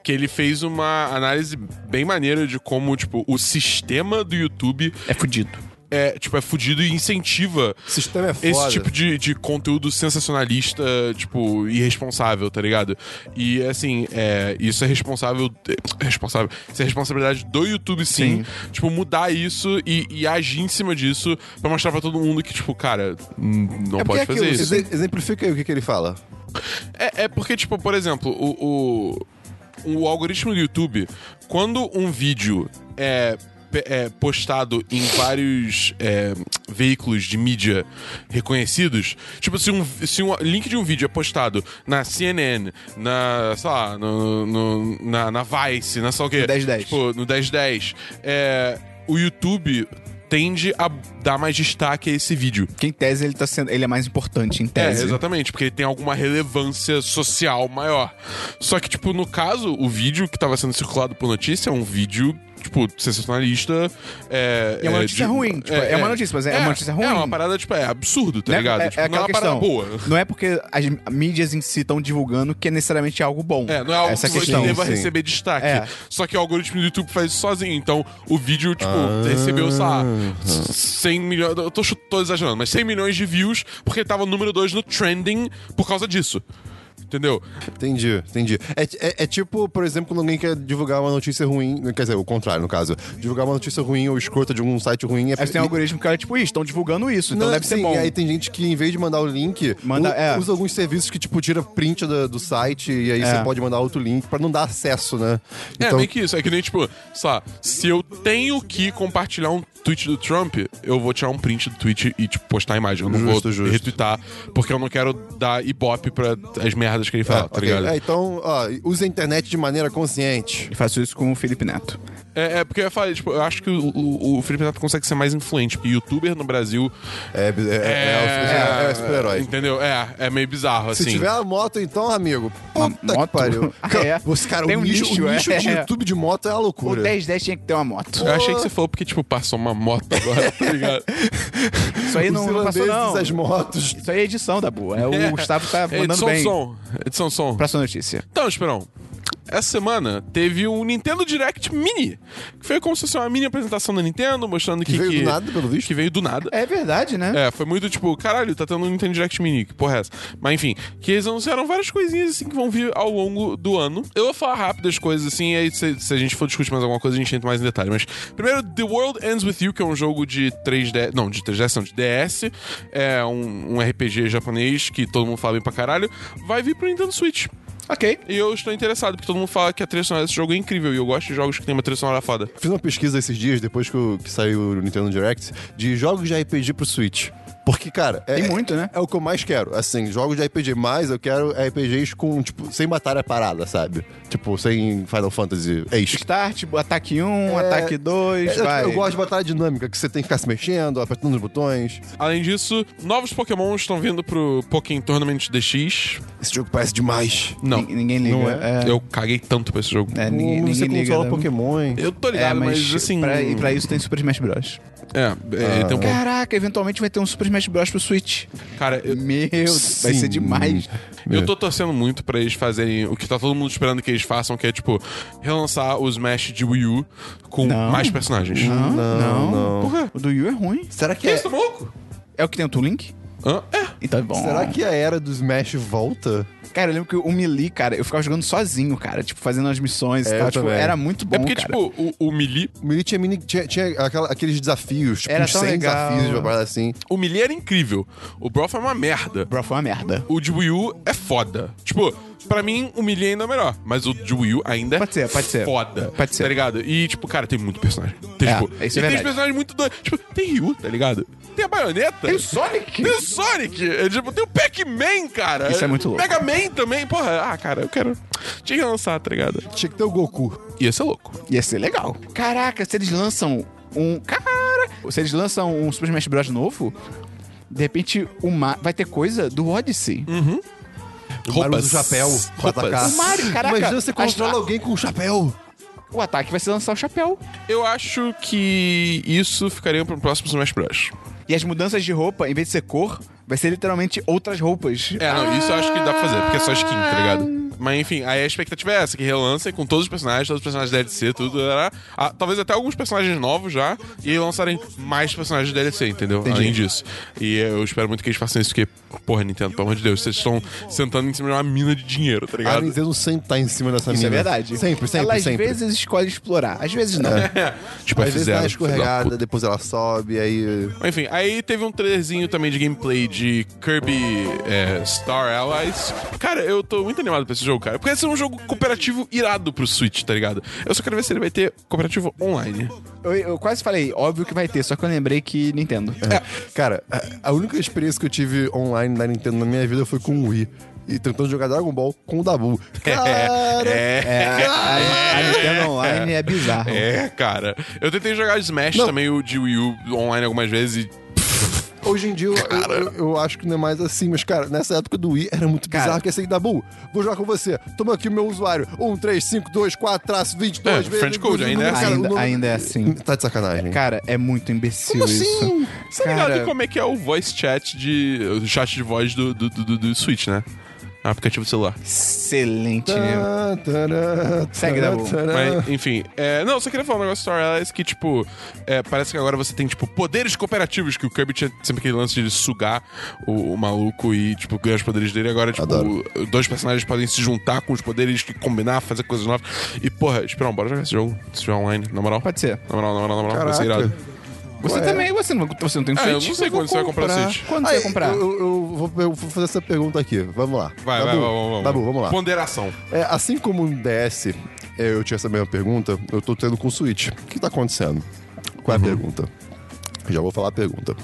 C: que ele fez uma análise bem maneira de como, tipo, o sistema do YouTube
A: É fudido.
C: é, tipo, é fudido e incentiva
B: O sistema é foda.
C: esse tipo de, de conteúdo sensacionalista, tipo, irresponsável, tá ligado? E assim, é, isso é responsável. é, Responsável. Isso é responsabilidade do YouTube, sim. Tipo, mudar isso e, e agir em cima disso pra mostrar pra todo mundo que, tipo, cara, n- não
A: É porque
C: pode
A: é
C: fazer
A: aquilo,
C: isso. tá
B: Exe- exemplifica aí o que, que ele fala.
C: É, é porque, tipo, por exemplo, o, o, o algoritmo do YouTube, quando um vídeo é, pe- é postado em vários é, veículos de mídia reconhecidos, tipo, se um, se um link de um vídeo é postado na CNN, na, sei lá, no, no- na, na Vice, na sei lá o quê.
A: No 1010.
C: Tipo, no 1010, é, o YouTube tende a dar mais destaque a esse vídeo.
A: Que em tese ele tá sendo. Ele é mais importante, em
C: É,
A: tese.
C: exatamente, porque ele tem alguma relevância social maior. Só que, tipo, no caso, o vídeo que tava sendo circulado por notícia é um vídeo, tipo, sensacionalista. É,
A: E é uma notícia ruim, tipo, é uma notícia, mas é uma notícia ruim.
C: É uma parada, tipo, é absurdo, tá
A: Né?
C: ligado? tipo, não é
A: aquela
C: uma parada
A: questão.
C: boa.
A: Não é porque as mídias em si estão divulgando que é necessariamente algo bom.
C: É, não é algo
A: Essa
C: que
A: questão.
C: você deva
B: sim.
C: receber destaque.
A: É.
C: Só que o algoritmo do YouTube faz isso sozinho. Então, o vídeo, tipo, recebeu, sei lá,
A: Ah.
C: 100 milhões... Eu tô, chu- tô exagerando, mas 100 milhões de views porque tava número 2 no trending por causa disso. Entendeu?
B: Entendi, entendi. É, é- é tipo, por exemplo, quando alguém quer divulgar uma notícia ruim, quer dizer, o contrário, no caso. Divulgar uma notícia ruim ou escrota de algum site ruim é
A: Aí você tem um algoritmo que é tipo, "Ih, estão divulgando isso, então
B: Não,
A: deve ser
B: sim,
A: bom.
B: Aí tem gente que, em vez de mandar o link,
A: Manda-
B: u-
A: é.
B: usa alguns serviços que, tipo, tira print da- do, site e aí
A: É.
B: você pode mandar outro link pra não dar acesso, né?
C: É, meio que isso. É que nem, tipo, sei lá, se eu tenho que compartilhar um tweet do Trump, eu vou tirar um print do tweet e, tipo, postar a imagem. Eu não
B: Justo,
C: vou
B: justo.
C: retweetar, porque eu não quero dar ibope pra as merdas que ele
B: Ah,
C: fala, tá
B: ok.
C: ligado?
B: É, então, ó, usa a internet de maneira consciente.
A: E faço isso com o Felipe Neto.
C: É, é porque eu ia falar, tipo, eu acho que o, o- o Felipe Neto consegue ser mais influente, porque youtuber no Brasil
B: É, é, é, é, é, é super-herói.
A: Então,
C: Entendeu? É, é meio bizarro,
B: Se
C: assim.
B: tiver a moto, então, amigo,
A: Uma
B: puta
A: moto?
B: que pariu.
A: Ah, é?
B: Os cara,
A: Tem
B: o
A: um
B: nicho,
A: nicho,
B: o nicho
A: é.
B: de YouTube de moto é a
A: O
B: loucura.
A: 1010 tinha que ter uma moto.
C: Eu achei que você falou porque, tipo, passou uma moto agora, tá ligado?
A: Isso aí
B: Os
A: não, não passou, não.
B: irlandeses, as motos.
A: Isso aí é edição da boa. É, o Gustavo tá
C: É,
A: mandando
C: edição
A: bem.
C: som. Edição som.
A: Próxima notícia.
C: Então, Esperão, essa semana teve um Nintendo Direct Mini, que foi como se fosse uma mini apresentação da Nintendo, mostrando que...
B: veio do nada, pelo visto.
C: Que veio do nada.
A: É verdade, né?
C: É, foi muito tipo, caralho, tá tendo um Nintendo Direct Mini, que porra é essa? Mas enfim, que eles anunciaram várias coisinhas assim que vão vir ao longo do ano. Eu vou falar rápido as coisas assim, e aí se, se a gente for discutir mais alguma coisa, a gente entra mais em detalhe. Mas primeiro, The World Ends With You, que é um jogo de 3D. Não, de 3D, não, de DS. É um, um RPG japonês que todo mundo fala bem pra caralho. Vai vir pro Nintendo Switch.
A: Ok.
C: E eu estou interessado, porque todo mundo fala que a trilha sonora desse jogo é incrível. E eu gosto de jogos que tem uma trilha sonora foda.
B: Fiz uma pesquisa esses dias, depois que, o- que saiu o Nintendo Direct, de jogos de RPG pro Switch. Porque, cara, é,
A: Tem muito, né?
B: É o que eu mais quero. Assim, jogos de RPG, mas eu quero RPGs com, tipo, sem batalha parada, sabe? Tipo, sem Final Fantasy. É isso.
A: Start, ataque 1, ataque 2,
B: É, eu,
A: vai.
B: eu gosto de batalha dinâmica, que você tem que ficar se mexendo, apertando os botões.
C: Além disso, novos Pokémon estão vindo pro Pokémon Tournament DX.
B: Esse jogo parece demais.
C: Não.
A: Nin- Ninguém liga.
B: Não é?
C: Eu caguei tanto pra esse jogo.
A: É, ninguém,
B: Como
A: ninguém
B: você
A: liga.
B: controla
A: né?
B: Pokémon.
C: Eu tô
A: É,
C: ligado,
A: mas,
C: mas, assim.
A: pra, e pra Ah, isso tem Super Smash Bros.
C: É, é, tem um ponto.
A: Caraca, eventualmente vai ter um Super Smash Bros pro Switch.
C: Cara, eu,
A: Meu, Deus, vai ser demais.
C: eu tô torcendo muito pra eles fazerem o que tá todo mundo esperando que eles façam, que é tipo, relançar o Smash de Wii U com
A: Não.
C: mais personagens.
A: Não, não.
C: Porra.
A: O do Yu é ruim.
B: Será que
C: Que
B: é-
C: isso, tá louco?
A: É o que tem o Tulink?
C: Hã? É.
A: Então é bom.
B: Será que a era do Smash volta?
A: Cara, eu lembro que o Melee, cara, eu ficava jogando sozinho, cara. Tipo, fazendo as missões
B: É,
A: e
B: eu
A: tal. Tipo,
B: também.
A: era muito bom,
C: é porque,
A: cara.
C: tipo, o, o Melee.
B: O Melee tinha, mini, tinha, tinha aquela- aqueles desafios, tipo,
A: Era
B: uns
A: tão
B: 100
A: legal.
B: desafios, uma parada assim.
C: O Melee era incrível. O Broth é uma merda.
A: Bro, foi uma merda.
C: o de Wii U é foda. Tipo, pra mim, o Melee ainda é melhor. Mas o de Wii U ainda é
A: Pode ser, pode ser.
C: foda.
A: Pode ser.
C: Tá ligado? E, tipo, cara, tem muito personagem. Tem,
A: É,
C: tipo,
A: isso é
C: e tem
A: verdade.
C: os personagens muito doidos. Tipo, tem Ryu, tá ligado? Tem a baioneta. Tem
A: Sonic?
C: o Sonic, é, tipo, tem o Pac-Man, cara.
A: Isso é muito louco.
C: Mega Man também, porra. Ah, cara, eu quero. Tinha que lançar, tá ligado?
B: Tinha que ter o Goku.
C: Ia ser louco.
A: Ia ser legal. Caraca, se eles lançam um. Cara! Se eles lançam um Super Smash Bros. novo, de repente o Ma- vai ter coisa do Odyssey.
B: O Mario
C: Roupas.
B: usa o chapéu pra
C: Roupas.
B: atacar.
A: O Mario, caraca.
B: Imagina você controla
A: Acho-
B: alguém com um chapéu.
A: O ataque vai ser lançar o chapéu.
C: Eu acho que isso ficaria pro próximo Smash Bros.
A: E as mudanças de roupa, em vez de ser cor, vai ser literalmente outras roupas.
C: É, não, isso eu acho que dá pra fazer, porque é só skin, tá ligado? Mas enfim, aí a expectativa é essa, que relancem com todos os personagens, todos os personagens DLC, tudo, né? Ah, talvez até alguns personagens novos já, e aí lançarem mais personagens DLC, entendeu? Além disso. E eu espero muito que eles façam isso, porque Porra, Nintendo, pelo amor de Deus, vocês estão sentando em cima de uma mina de dinheiro, tá
B: A
C: ligado?
B: Nintendo sempre tá em cima dessa
A: Isso
B: mina.
A: é verdade.
B: Sempre, sempre,
A: Ela às
B: sempre. É.
A: vezes escolhe explorar, às vezes não.
C: tipo,
B: Às vezes dá uma
C: F0, filho da
B: escorregada, depois ela sobe, aí...
C: Mas, Enfim, aí teve um trailerzinho também de gameplay de Kirby é, Star Allies. Cara, eu tô muito animado pra esse jogo, cara. Porque esse é um jogo cooperativo irado pro Switch, tá ligado? Eu só quero ver se ele vai ter cooperativo online.
A: Eu, eu quase falei, óbvio que vai ter, só que eu lembrei que Nintendo.
B: É. Cara, a, a única experiência que eu tive online da Nintendo na minha vida foi com o Wii. E tentando jogar Dragon Ball com o Dabu. Cara,
A: É, a, a Nintendo Online é bizarro.
C: É, cara. Eu tentei jogar Smash
B: Não.
C: também, o de Wii U online algumas vezes e.
B: hoje em dia eu, eu- eu acho que não é mais assim, mas cara, nessa época do Wii era muito
A: Cara.
B: bizarro que esse aí, Dabu, vou jogar com você. Toma aqui o meu usuário. 1, 3, 5, 2, 4, traço, 22.
C: É, friend code, ainda é assim.
B: cara, o
A: ainda,
B: nome-
A: ainda é assim.
B: Tá de sacanagem.
A: Cara, é muito imbecil
B: Como
A: isso.
B: assim?
C: Você tá
A: Cara-
C: ligado como é que é o voice chat de. O chat de voz do, do, do, do- do Switch, né? É um aplicativo de celular.
A: Excelente, né?
B: Tá, tará,
A: Segue,
B: tará,
A: Dabu.
B: tará.
C: Mas, enfim. É, não, eu só queria falar um negócio do Star Allies que, tipo, é, parece que agora você tem, tipo, poderes cooperativos, que o Kirby tinha sempre aquele lance de ele sugar o, o maluco e, tipo, ganhar os poderes dele. Agora, tipo,
B: Adoro.
C: dois personagens podem se juntar com os poderes que combinar, fazer coisas novas. E, porra, Esperão, bora jogar esse jogo. Se tiver online, na moral.
A: Pode ser.
C: Na moral, na moral, na moral. Vai ser
B: Caraca.
C: irado.
A: Você
B: Ué.
A: também, você não, você não tem um
C: Ah,
A: Switch?
C: eu não sei quando você vai comprar o Switch.
A: Quando você
B: Aí,
A: vai comprar?
B: Eu, eu- eu vou, eu vou fazer essa pergunta aqui. Vamos lá.
C: Vai, vai,
B: Dabu,
C: vai, vamos, vamos.
B: Dabu, vamos lá.
C: Ponderação.
B: É, assim como no DS é, eu tinha essa mesma pergunta, eu tô tendo com o Switch. O que tá acontecendo? Qual é
C: Uhum.
B: a pergunta? Já vou falar a pergunta.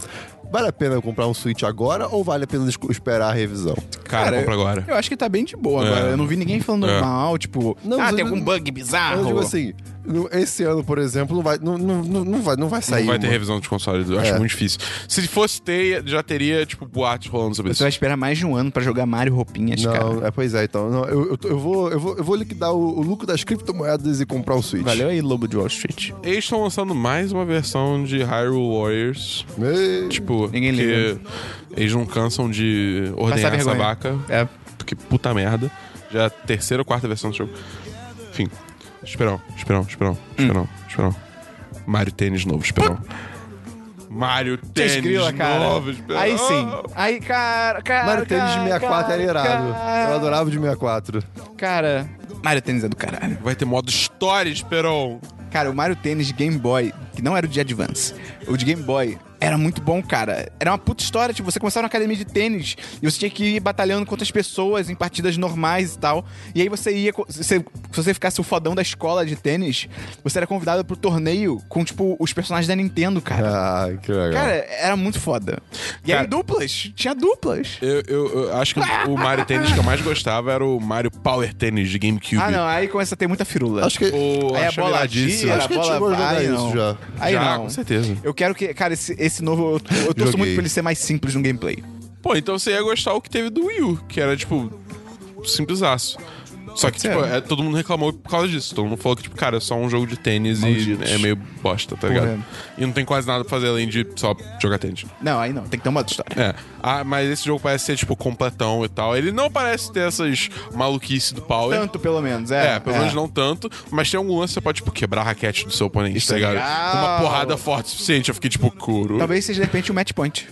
B: Vale a pena eu comprar um Switch agora ou vale a pena esco- esperar a revisão?
C: Cara,
A: Cara,
C: compra agora.
A: Eu acho que tá bem de boa
C: É.
A: agora. Eu não vi ninguém falando
C: É.
A: mal, tipo,
B: Não,
A: ah,
B: mas
A: tem
B: eu
A: algum
B: não-
A: bug
C: Ah,
B: Eu
A: bizarro.
B: digo assim, no- esse ano, por exemplo, não vai, não, não, não- não vai, não vai sair.
C: Não vai ter
B: uma-
C: revisão de console, eu acho
B: tá É.
C: muito difícil. Se fosse ter, já teria, tipo, boate rolando sobre
A: Você
C: isso.
A: vai esperar mais de um ano pra jogar Mario Roupinhas, cara.
B: Não, é, pois é, então. Não, eu, eu, tô- eu vou, eu, vou, eu vou liquidar o, o lucro das criptomoedas e comprar o Switch.
A: Valeu aí, Lobo de Wall Street.
C: Eles estão lançando mais uma versão de Hyrule Warriors.
B: Ei.
C: Tipo,
A: Ninguém
C: que
A: liga.
C: eles não cansam de
A: Passar
C: ordenhar essa
A: vergonha.
C: vaca.
A: É.
C: Porque puta merda. Já é a terceira ou quarta versão do jogo. Enfim. Esperão, esperão, esperão,
A: Hum.
C: esperão, esperão. Mario Tênis novo, esperão. Mario Tênis
A: Desgrila, cara.
C: novo, esperão.
A: Aí sim. Aí, cara, cara.
B: Mario Tênis de 64 era irado.
A: cara,
B: Eu adorava o de 64.
A: Cara. Mario Tênis é do caralho.
C: Vai ter modo história, esperão.
A: Cara, o Mario Tênis de Game Boy, que não era o de Advance, o de Game Boy, era muito bom, cara. Era uma puta história, tipo, você começava numa academia de tênis e você tinha que ir batalhando contra as pessoas em partidas normais e tal. E aí você ia. co- Se, se você ficasse o fodão da escola de tênis, você era convidado pro torneio com, tipo, os personagens da Nintendo, cara.
B: Ah, que legal.
A: Cara, era muito foda. E aí,
C: Cara-
A: duplas? Tinha duplas.
C: Eu, eu- eu acho que o Mario Tênis que eu mais gostava era o Mario Power Tênis de GameCube.
A: Ah, não, aí começa a ter muita firula.
B: acho que.
C: O,
A: Aí a
C: achava
A: bola
C: iradíssimo.
A: tira,
B: Acho que a
A: a
B: gente
A: bola
B: chegou a jogar
A: vai,
B: isso
A: não.
B: já.
A: Aí
C: Já,
A: não.
C: com certeza.
A: Eu quero que, cara, esse, esse novo. Eu, eu torço
B: Joguei.
A: muito pra ele ser mais simples no gameplay.
C: Pô, então você ia gostar o que teve do Wii U, que era, tipo, simplesaço. Só que,
A: ser.
C: tipo, é, todo mundo reclamou por causa disso. Todo mundo falou que, tipo, cara, é só um jogo de tênis
A: Malditos.
C: e é meio bosta, tá ligado? E não tem quase nada pra fazer além de só jogar tênis.
A: Não, aí não, tem que ter uma outra história.
C: É. Ah, mas esse jogo parece ser, tipo, completão e tal. Ele não parece ter essas maluquices do Power.
A: Tanto, pelo menos, é.
C: É, pelo menos não tanto, mas tem algum lance que você pode, tipo, quebrar a raquete do seu oponente,
A: Isso
C: tá
A: é
C: ligado?
A: legal.
C: Com uma porrada forte o suficiente. Eu fiquei, tipo, couro.
A: Talvez seja, de repente, um match point.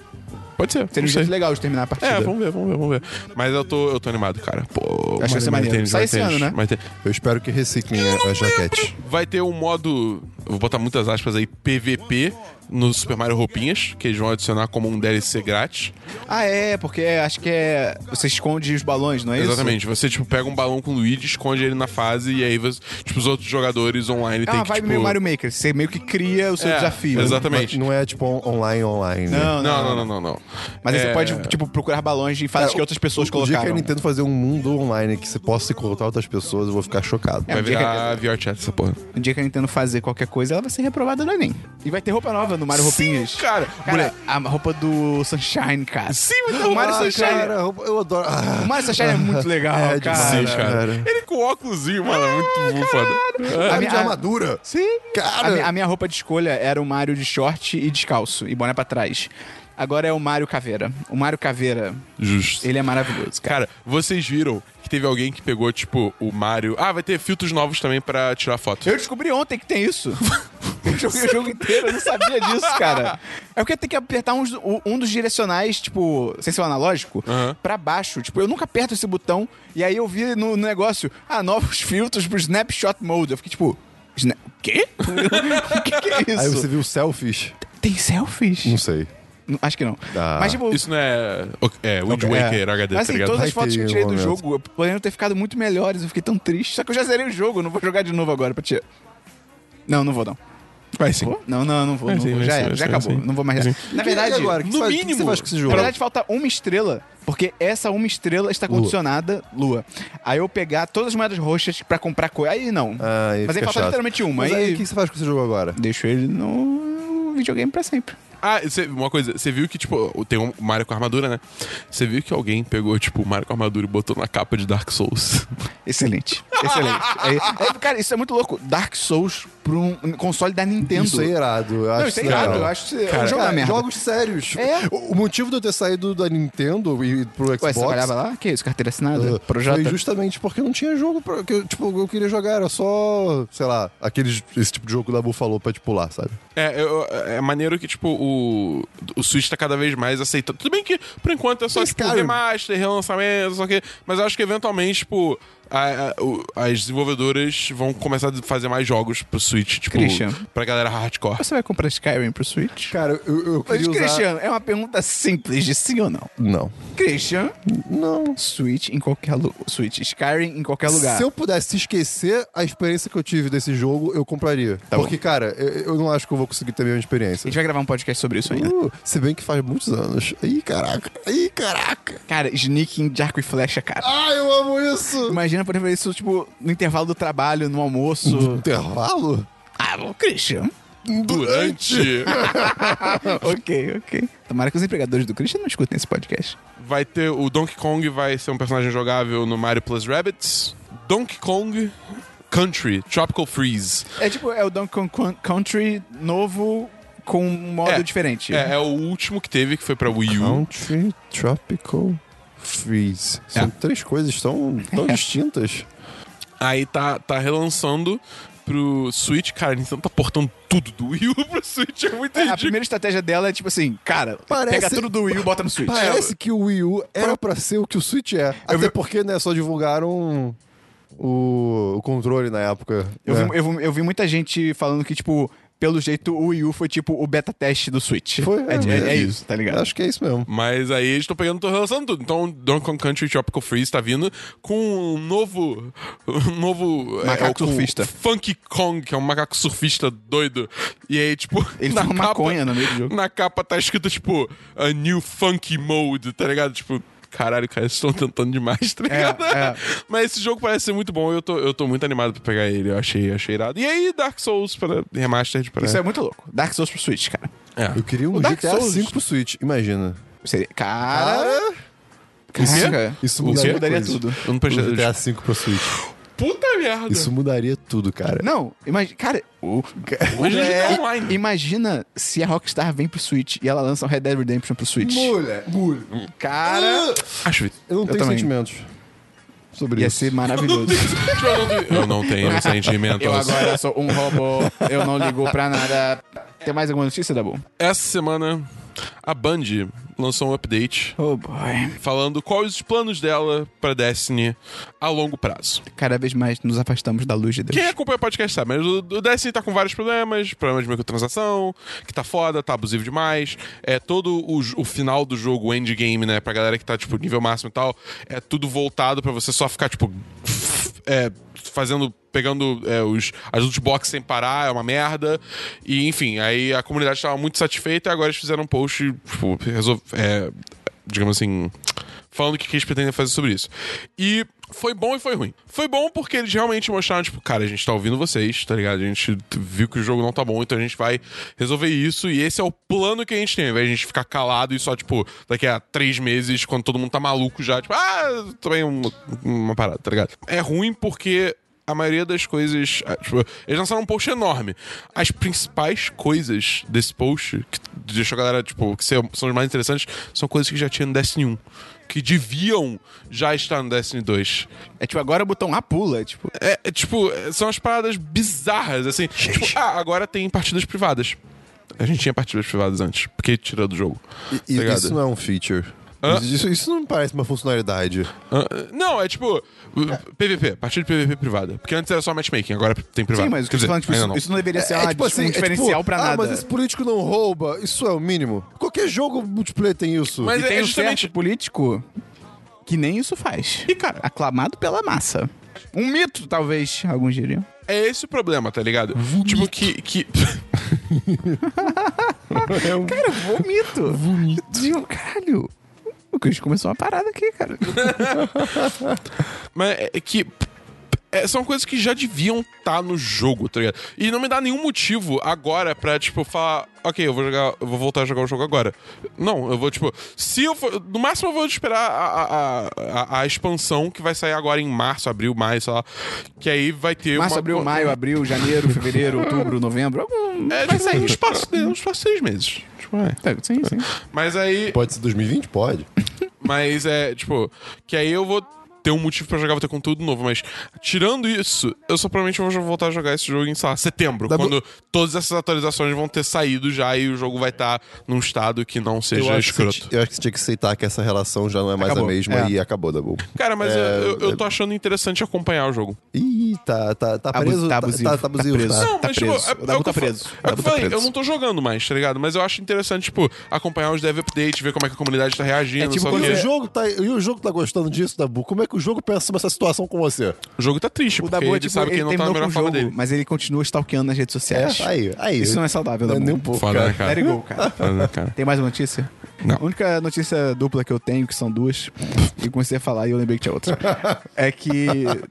C: Pode ser.
A: Seria um
C: não sei.
A: jeito legal de terminar a partida.
C: É, vamos ver, vamos ver, vamos ver. Mas eu tô, eu tô animado, cara. Pô,
A: Acho que vai ser maneiro. Sai esse ano, né?
C: Vai ter,
B: Eu espero que reciclem a, a jaquete.
C: vai ter um modo, eu vou botar muitas aspas aí, PVP no Super Mario Roupinhas, que eles vão adicionar como um DLC grátis.
A: Ah, é, porque acho que é. Você esconde os balões, não é isso?
C: Exatamente. Você, tipo, pega um balão com o Luigi, esconde ele na fase e aí, você- tipo, os outros jogadores online
A: É
C: tem
A: uma
C: que,
A: vibe
C: tipo...
A: meio Mario Maker. Você meio que cria o seu
C: É,
A: desafio.
C: Exatamente.
B: Não é tipo on- online, online. né?
A: Não, não.
C: Não, não, não, não, não.
A: Mas aí
C: É,
A: você pode, tipo, procurar balões de fases
B: É,
A: que outras pessoas
B: O dia que a
A: colocaram.
B: Nintendo fazer um mundo online que você possa encontrar outras pessoas, eu vou ficar chocado.
A: É.
C: Vai
A: um dia
C: virar VRChat essa porra.
A: No Um dia que a Nintendo fazer qualquer coisa, ela vai ser reprovada no Enem. E vai ter roupa nova no Mario Roupinhas.
C: cara.
A: Cara, a roupa do Sunshine, cara.
C: Sim,
A: o Mario
B: Ah,
A: Sunshine.
B: cara, eu eu adoro. Ah,
A: O Mario Sunshine é muito legal, cara.
B: É, demais.
C: Sim, cara.
B: cara.
C: Ele com óculosinho, mano, é muito foda.
B: Mario
A: minha-
B: de armadura.
A: Sim.
B: Cara.
A: A, mi- a minha roupa de escolha era o Mario de short e descalço, e boné pra trás. Agora é o Mario Caveira. O Mario Caveira,
C: Justo.
A: ele é maravilhoso, cara.
C: Cara, vocês viram que teve alguém que pegou, tipo, o Mario. Ah, vai ter filtros novos também pra tirar foto.
A: Eu descobri ontem que tem isso. Eu joguei o jogo inteiro, eu não sabia disso, cara. É porque tem que apertar uns- o- um dos direcionais, tipo, sem ser o analógico,
C: Aham.
A: pra baixo. Tipo, eu nunca aperto esse botão. E aí eu vi no, no negócio, ah, novos filtros pro Snapshot Mode. Eu fiquei tipo, "Sna- o quê? o que, que é
B: Aí
A: isso?
B: você viu selfies?
A: Tem selfies?
B: Não sei.
A: Não, Acho que não.
B: Ah.
A: Mas, tipo,
C: Isso não é. É, Wind
B: É.
C: Waker HD,
A: mas,
C: tá
A: assim,
C: ligado?
A: todas
B: Vai
A: as fotos que eu
B: ter
A: tirei do
B: um momento.
A: jogo poderiam ter ficado muito melhores. Eu fiquei tão triste. Só que eu já zerei o jogo, eu não vou jogar de novo agora pra tirar. Não, não vou não.
C: Vai sim.
A: Vou? Não, não, não vou.
B: É
C: Vai
A: não
C: sim,
A: vou.
C: vai
A: já
C: sim,
A: era,
C: vai
A: já
C: sim,
A: acabou.
C: vai sim.
A: Não vou mais. Na
B: E
A: verdade,
B: agora, O que você
C: no
B: faz- o que
C: mínimo.
B: você faz com esse jogo?
A: na verdade falta uma estrela, porque essa uma estrela está condicionada, lua. Aí eu pegar todas as moedas roxas pra comprar coisa. Aí não.
B: Ah, aí
A: Mas aí
B: fica
A: falta
B: chato.
A: literalmente uma.
B: Mas
A: aí
B: aí, o que você faz com esse jogo agora?
A: deixo ele no videogame pra sempre.
C: Ah, cê- uma coisa, você viu que, tipo, tem um Mario com armadura, né? Você viu que alguém pegou, tipo, o Mario com armadura e botou na capa de Dark Souls.
A: Excelente. Excelente. Aí- aí, cara, isso é muito louco. Dark Souls pra um console da Nintendo.
B: Isso é irado. Eu acho
A: não, isso é
B: legal.
A: irado. Eu acho que é um
C: Cara,
A: jogo da
B: Cara,
A: merda.
B: jogos sérios.
A: É.
B: O o motivo de eu ter saído da Nintendo e pro Xbox...
A: Ué, você trabalhava lá? Que é isso? Carteira assinada?
B: uh,
A: Projota?
B: Foi justamente porque não tinha jogo pra, que, eu, tipo, eu queria jogar, era só, sei lá, aqueles, esse tipo de jogo que o Dabu falou pra te pular, sabe?
C: É, eu- é maneiro que, tipo, o, o Switch tá cada vez mais aceitando. Tudo bem que, por enquanto, é só,
B: Mas,
C: tipo,
B: cara-
C: remaster, relançamento, só que... Mas eu acho que, eventualmente, tipo, a- a- o- as desenvolvedoras vão começar a fazer mais jogos pro Switch, tipo,
A: Christian.
C: pra galera hardcore.
A: Você vai comprar Skyrim pro Switch?
B: Cara, eu, eu
A: Mas,
B: queria usar...
A: Christian, é uma pergunta simples de sim ou não.
B: Não.
A: Christian,
B: Não.
A: Switch em qualquer lugar. Switch, Skyrim em qualquer lugar.
B: Se eu pudesse esquecer a experiência que eu tive desse jogo, eu compraria.
A: bom.
B: Porque, cara, eu, eu não acho que eu vou conseguir ter a mesma
A: A
B: experiência.
A: gente vai gravar um podcast sobre isso ainda.
B: Uh, se bem que faz muitos anos. Ih, caraca. Ih, caraca.
A: Cara, sneaking de arco e flecha, cara.
B: Ah, eu amo isso.
A: Imagina poder fazer isso, tipo, no intervalo do trabalho, no almoço.
B: Intervalo?
A: ah, ô, Christian.
C: Durante...
A: ok, ok. Tomara que os empregadores do Christian não escutem esse podcast.
C: Vai ter o Donkey Kong vai ser um personagem jogável no Mario Plus Rabbits. Donkey Kong Country Tropical Freeze.
A: É tipo, é o Donkey Kong Con- Country novo com um modo
C: É,
A: diferente.
C: É, é o último que teve que foi pra Wii U.
B: Country Tropical Freeze. São
C: É.
B: três coisas tão, tão distintas.
C: Aí tá tá relançando pro Switch, cara, a Nintendo tá portando tudo do Wii U pro Switch, é muito
A: A
C: ridículo.
A: primeira estratégia dela é tipo assim, cara,
B: Parece-
A: pega tudo do Wii e bota no Switch.
B: Parece que o Wii U era pra ser o que o Switch é. Até porque, né, só divulgaram o, o controle na época.
A: Eu,
B: né?
A: vi, eu vi- eu vi muita gente falando que, tipo, pelo jeito o Wii U foi tipo o beta teste do Switch.
B: Foi,
A: é,
B: é,
A: é- é
B: é.
A: isso, tá ligado?
B: Acho que é isso mesmo.
C: Mas aí eles estão pegando, estão relançando tudo. Então, Donkey Kong Country Tropical Freeze tá vindo com um novo. Um novo. é
A: Macaco
C: o- com
A: surfista.
C: Funky Kong, que é um macaco surfista doido. E aí, tipo.
A: Ele
C: na
A: fuma
C: capa-
A: maconha no meio do
B: É.
A: jogo.
C: Na capa tá escrito, tipo, a New Funky Mode, tá ligado? Tipo. Caralho, cara, eles estão tentando demais, tá ligado?
A: é.
C: Mas esse jogo parece ser muito bom e eu tô, eu tô muito animado pra pegar ele. Eu achei, achei irado. E aí, Dark Souls para Remastered para.
A: Isso é muito louco. Dark Souls pro Switch, cara.
C: É.
B: Eu queria um
A: O Dark
B: GTA
A: Souls-
B: V pro Switch, imagina.
A: Seria- Cara. Caraca.
B: Isso
A: Isso
B: mudaria,
A: mudaria
B: coisa.
A: tudo. é,
C: Eu não prestei
B: Um GTA V pro Switch.
C: Puta merda!
B: Isso mudaria tudo, cara.
A: Não, imagina. Cara.
C: Imagina
B: tá
A: É,
C: GTA Online.
A: Imagina se a Rockstar vem pro Switch e ela lança um Red Dead Redemption pro Switch.
B: Mulher.
A: Cara.
C: Acho que
B: Eu não tenho
A: também.
B: sentimentos sobre
A: Ia
B: isso.
A: ser maravilhoso.
C: Eu não tenho sentimento.
A: Eu agora sou um robô, eu não ligo pra nada. Tem mais alguma notícia, Dabu?
C: Essa semana, a Band lançou um update
A: Oh boy.
C: falando quais os planos dela pra Destiny a longo prazo.
A: Cada vez mais nos afastamos da luz de Deus.
C: Quem acompanha o podcast sabe, mas o o Destiny tá com vários problemas, problemas de microtransação, que tá foda, tá abusivo demais. É todo o, j- o final do jogo, o endgame, né, pra galera que tá, tipo, nível máximo e tal, é tudo voltado pra você só ficar, tipo, é, fazendo pegando é, os, as loot boxes sem parar, é uma merda. E, enfim, aí a comunidade estava muito satisfeita e agora eles fizeram um post, tipo, resol- é, digamos assim, falando o que que eles pretendem fazer sobre isso. E foi bom e foi ruim. Foi bom porque eles realmente mostraram, tipo, cara, a gente tá ouvindo vocês, tá ligado? A gente viu que o jogo não tá bom, então a gente vai resolver isso e esse é o plano que a gente tem, ao invés de a gente ficar calado e só, tipo, daqui a três meses, quando todo mundo tá maluco já, tipo, ah, também uma, uma parada, tá ligado? É ruim porque a maioria das coisas. ah, Tipo, eles lançaram um post enorme. As principais coisas desse post, que deixou a galera, tipo, que são são as mais interessantes, são coisas que já tinha no Destiny 1. Que deviam já estar no Destiny 2.
A: É tipo, agora o botão A pula, tipo.
C: É, é, tipo, é, são as paradas bizarras, assim. Tipo, ah, agora tem partidas privadas. A gente tinha partidas privadas antes, porque tirou do jogo.
B: E-
C: Tá ligado?
B: isso não é um feature.
C: Hã?
B: Isso, isso não me parece uma funcionalidade.
C: Ah, Não, é tipo. uh, PVP, partida de PVP privada. Porque antes era só matchmaking, agora tem privado.
A: Sim, mas o que você
C: Quer dizer,
A: falando, tipo,
C: ainda
A: isso,
C: não.
A: isso não deveria ser uma- um
B: é tipo,
A: diferencial pra nada.
B: Ah, mas esse político não rouba. Isso é o mínimo. Qualquer jogo multiplayer tem isso.
C: Mas
A: E
C: é-
A: tem
C: é
A: um
C: justamente-
A: certo político que nem isso faz.
C: E, cara-
A: Aclamado pela massa. Um mito, talvez, alguns diriam.
C: É esse o problema, tá ligado? Tipo, que. que...
B: É um-
A: Cara, vomito. vomito. Digo, caralho. Um O Chris começou uma parada aqui, cara.
C: mas é que. é, são coisas que já deviam estar no jogo, tá ligado? E não me dá nenhum motivo agora pra, tipo, falar, ok, eu vou jogar, eu vou voltar a jogar o jogo agora. Não, eu vou, tipo, se eu for. No máximo eu vou esperar a, a, a, a expansão que vai sair agora em março, abril, maio, sei lá. Que aí vai ter.
A: Março,
C: uma-
A: abril,
C: uma-
A: maio, abril, janeiro, fevereiro, outubro, novembro. Algum...
C: É,
A: vai
C: tipo,
A: sair.
C: um espaço, de- um espaço de seis meses. Tipo, é.
A: Tá, Sim, sim.
C: Mas aí.
B: Pode ser 2020? Pode.
C: Mas é, tipo, que aí eu vou ter um motivo pra jogar, vou ter conteúdo novo, mas tirando isso, eu só provavelmente vou voltar a jogar esse jogo em, sei lá, setembro,
B: Dabu-
C: quando todas essas atualizações vão ter saído já e o jogo vai estar num estado que não
B: Eu
C: seja
B: acho, que
C: é escroto.
B: você, eu acho que você tinha que aceitar que essa relação já não é mais
A: Acabou.
B: a mesma
A: É.
B: e acabou, Dabu.
C: Cara, mas
B: É,
C: eu, eu- eu tô achando interessante acompanhar o jogo.
B: Ih, tá, tá, tá
A: Abu-
B: preso.
A: tá
B: Tá,
A: abusivo,
B: tá, tá
A: tá
B: abusivo.
A: preso.
B: tá.
C: Não,
A: tá
C: mas
A: preso.
C: tipo,
A: O
C: é- é,
A: Dabu
C: o que
A: tá
C: eu fa-
A: preso. O
C: É o que
A: Dabu
C: eu
A: tá
C: falei, eu
A: preso.
C: não tô jogando mais, tá ligado? Mas eu acho interessante, tipo, acompanhar os dev updates, ver como é que a comunidade tá reagindo,
A: É tipo
C: sabe o
A: quando
B: E o,
C: quê?
A: É.
B: jogo tá, e o jogo tá gostando disso, Dabu? Como é que o jogo pensa sobre essa situação com você?
C: O jogo tá triste,
A: O
C: porque
A: Dabu é
C: ele
A: tipo,
C: sabe que
A: ele
C: ele não tá na
A: terminou com
C: melhor
A: o
C: forma
A: jogo,
C: dele.
A: mas ele continua stalkeando nas redes sociais.
B: aí, aí.
A: Isso não é saudável,
B: Não é
A: Dabu.
B: nem um pouco,
C: Foda, né,
B: cara.
A: Let it
C: cara?
A: go, cara.
C: Foda, né, cara?
A: Tem mais uma notícia?
C: Não.
A: A única notícia dupla que eu tenho, que são duas, e comecei a falar e eu lembrei que tinha outra, é que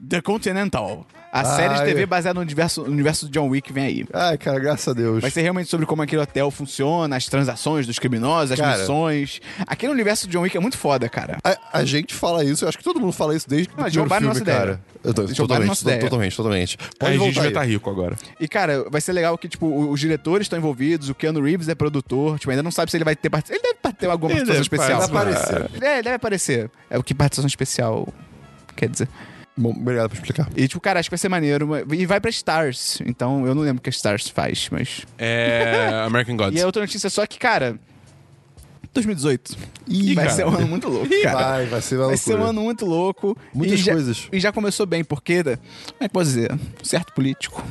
A: The Continental, a série de
B: Ai.
A: TV baseada no universo, no universo de John Wick, vem aí.
B: Ai, cara, graças a Deus.
A: Vai ser realmente sobre como aquele hotel funciona, as transações dos criminosos, as
B: Cara.
A: missões. Aquele universo de John Wick é muito foda, cara.
B: A, a gente fala isso, eu acho que todo mundo fala isso desde o
A: Ah,
B: primeiro
A: roubaram
B: filme,
A: nossa ideia.
B: cara. Eu tô,
A: Eles roubaram
B: totalmente,
A: nossa
B: to-
A: ideia.
B: totalmente, totalmente. Pode
C: Aí a gente
B: voltar
C: vai
B: aí.
C: tá rico agora.
A: E, cara, vai ser legal que, tipo, o- os diretores estão envolvidos, o Keanu Reeves é produtor, tipo, ainda não sabe se ele vai ter participação. Ele deve ter alguma
C: Ele
A: participação
C: deve
A: especial.
B: Vai aparecer.
A: É, ele deve aparecer. É o que participação especial quer dizer.
B: Bom, obrigado por explicar.
A: E, tipo, cara, acho que vai ser maneiro. mas- E vai pra Stars. Então, eu não lembro o que a Stars faz, mas.
C: É. American Gods.
A: E a outra notícia é só que, cara. 2018.
B: Ih,
A: vai
B: cara.
A: ser um ano muito louco, cara.
B: Vai, vai ser uma
A: Vai ser um
B: loucura.
A: ano muito louco.
B: Muitas
A: e já,
B: coisas.
A: E já começou bem, porque, como é que posso dizer? Um certo político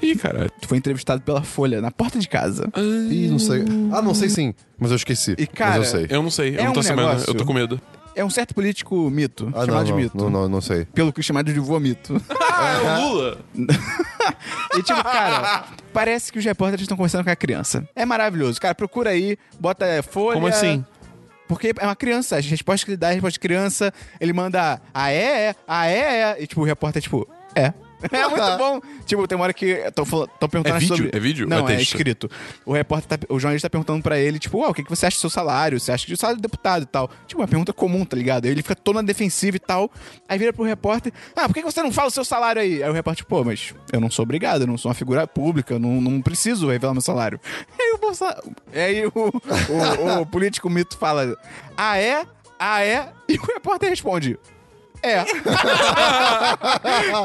C: Ih, caralho.
A: foi entrevistado pela Folha na porta de casa.
B: Ih, não sei. Ah, não sei sim, mas eu esqueci.
A: E, cara,
B: mas eu sei.
C: Eu não sei, eu
A: É
C: não tô
A: um
C: sabendo,
A: negócio.
C: eu tô com medo.
A: É um certo político mito,
B: Ah,
A: chamado
B: não,
A: de
B: não,
A: mito.
B: não, não, não sei.
A: Pelo que chamado de vomito.
C: Ah, é o Lula!
A: E tipo, cara, parece que os repórteres estão conversando com a criança. É maravilhoso. Cara, procura aí, bota é, folha.
C: Como assim?
A: Porque é uma criança, as respostas que ele dá, é resposta de criança, ele manda, ah, é, é, ah, é, é. E tipo, o repórter é tipo, é. É muito bom. Tipo, tem uma hora que estão perguntando
C: É vídeo?
A: sobre...
C: É vídeo?
A: Não,
C: É
A: é,
C: texto?
A: escrito. O repórter, tá- o jornalista tá perguntando pra ele, tipo, "Uau, o que, que você acha do seu salário? Você acha que o salário do deputado e tal? Tipo, uma pergunta comum, tá ligado? Aí ele fica todo na defensiva e tal. Aí vira pro repórter, ah, por que, que você não fala o seu salário aí? Aí o repórter, tipo, pô, mas eu não sou obrigado, eu não sou uma figura pública, eu não, não preciso revelar meu salário. Aí o Bolsonaro... Aí o, o- o político mito fala, ah, é? Ah, é? E o repórter responde, é.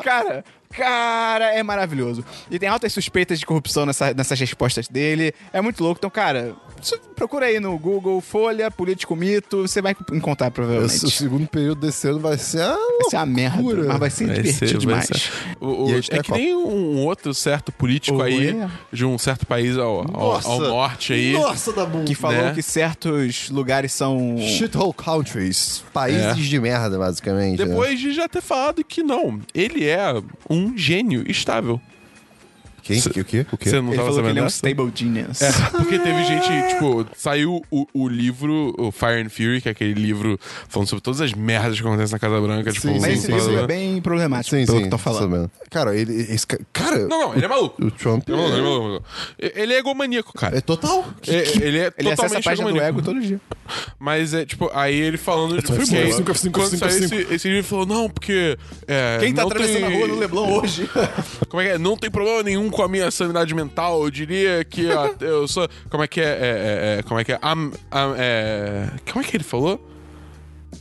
A: cara, cara, é maravilhoso. E tem altas suspeitas de corrupção nessa- nessas respostas dele. É muito louco. Então, cara, você procura aí no Google Folha, Político Mito, você vai encontrar provavelmente.
B: Esse- o segundo período desse ano vai ser ah, a
A: Vai ser uma merda,
B: Loucura.
A: mas vai ser divertido é demais.
C: O- o-
B: E a gente
C: é
A: tá
B: tem
C: que
B: a
C: nem um outro certo político
A: Oh,
C: aí,
A: é?
C: de um certo país ao, ao,
B: Nossa.
C: ao norte aí.
B: Nossa, Dabu.
A: Que falou
C: Né?
A: que certos lugares são...
B: Shithole countries. Países
C: É.
B: de merda, basicamente. né?
C: Depois de já ter falado que não, ele é um gênio estável.
B: Quem? Que- O quê? O quê?
C: Você não
A: Ele
C: tava
A: falou que
C: sabendo
A: ele é um
C: dessa?
A: stable genius.
B: É.
C: Porque teve gente, tipo, saiu o, o livro, o Fire and Fury, que é aquele livro falando sobre todas as merdas que acontecem na Casa Branca, tipo,
B: Sim,
C: um-
A: Mas esse
B: sim,
A: livro
B: sim.
A: é bem problemático,
B: Sim,
A: pelo
B: sim.
A: que tô falando.
B: sabendo. Cara, ele... Esse, ca- cara...
C: Não, não, ele é maluco.
B: O Trump...
C: Ele é maluco, ele é
B: é-
C: maluco. Ele é egomaníaco, cara.
B: É total.
C: É, ele é
A: Ele acessa a
C: totalmente
A: página do
C: egomaníaco.
A: ego todo dia.
C: Mas é tipo, aí ele falando. de
D: cinco,
C: porque
D: cinco, cinco,
C: quando
D: cinco,
C: saiu
D: cinco.
C: Esse, esse livro ele falou, não, porque. é,
A: Quem tá
C: não
A: atravessando
C: tem-
A: a rua no Leblon hoje?
C: Como é que é? Não tem problema nenhum com a minha sanidade mental. Eu diria que a- eu sou. Como é que é? É, é, é, como é que é? I'm, I'm, é? Como é que ele falou?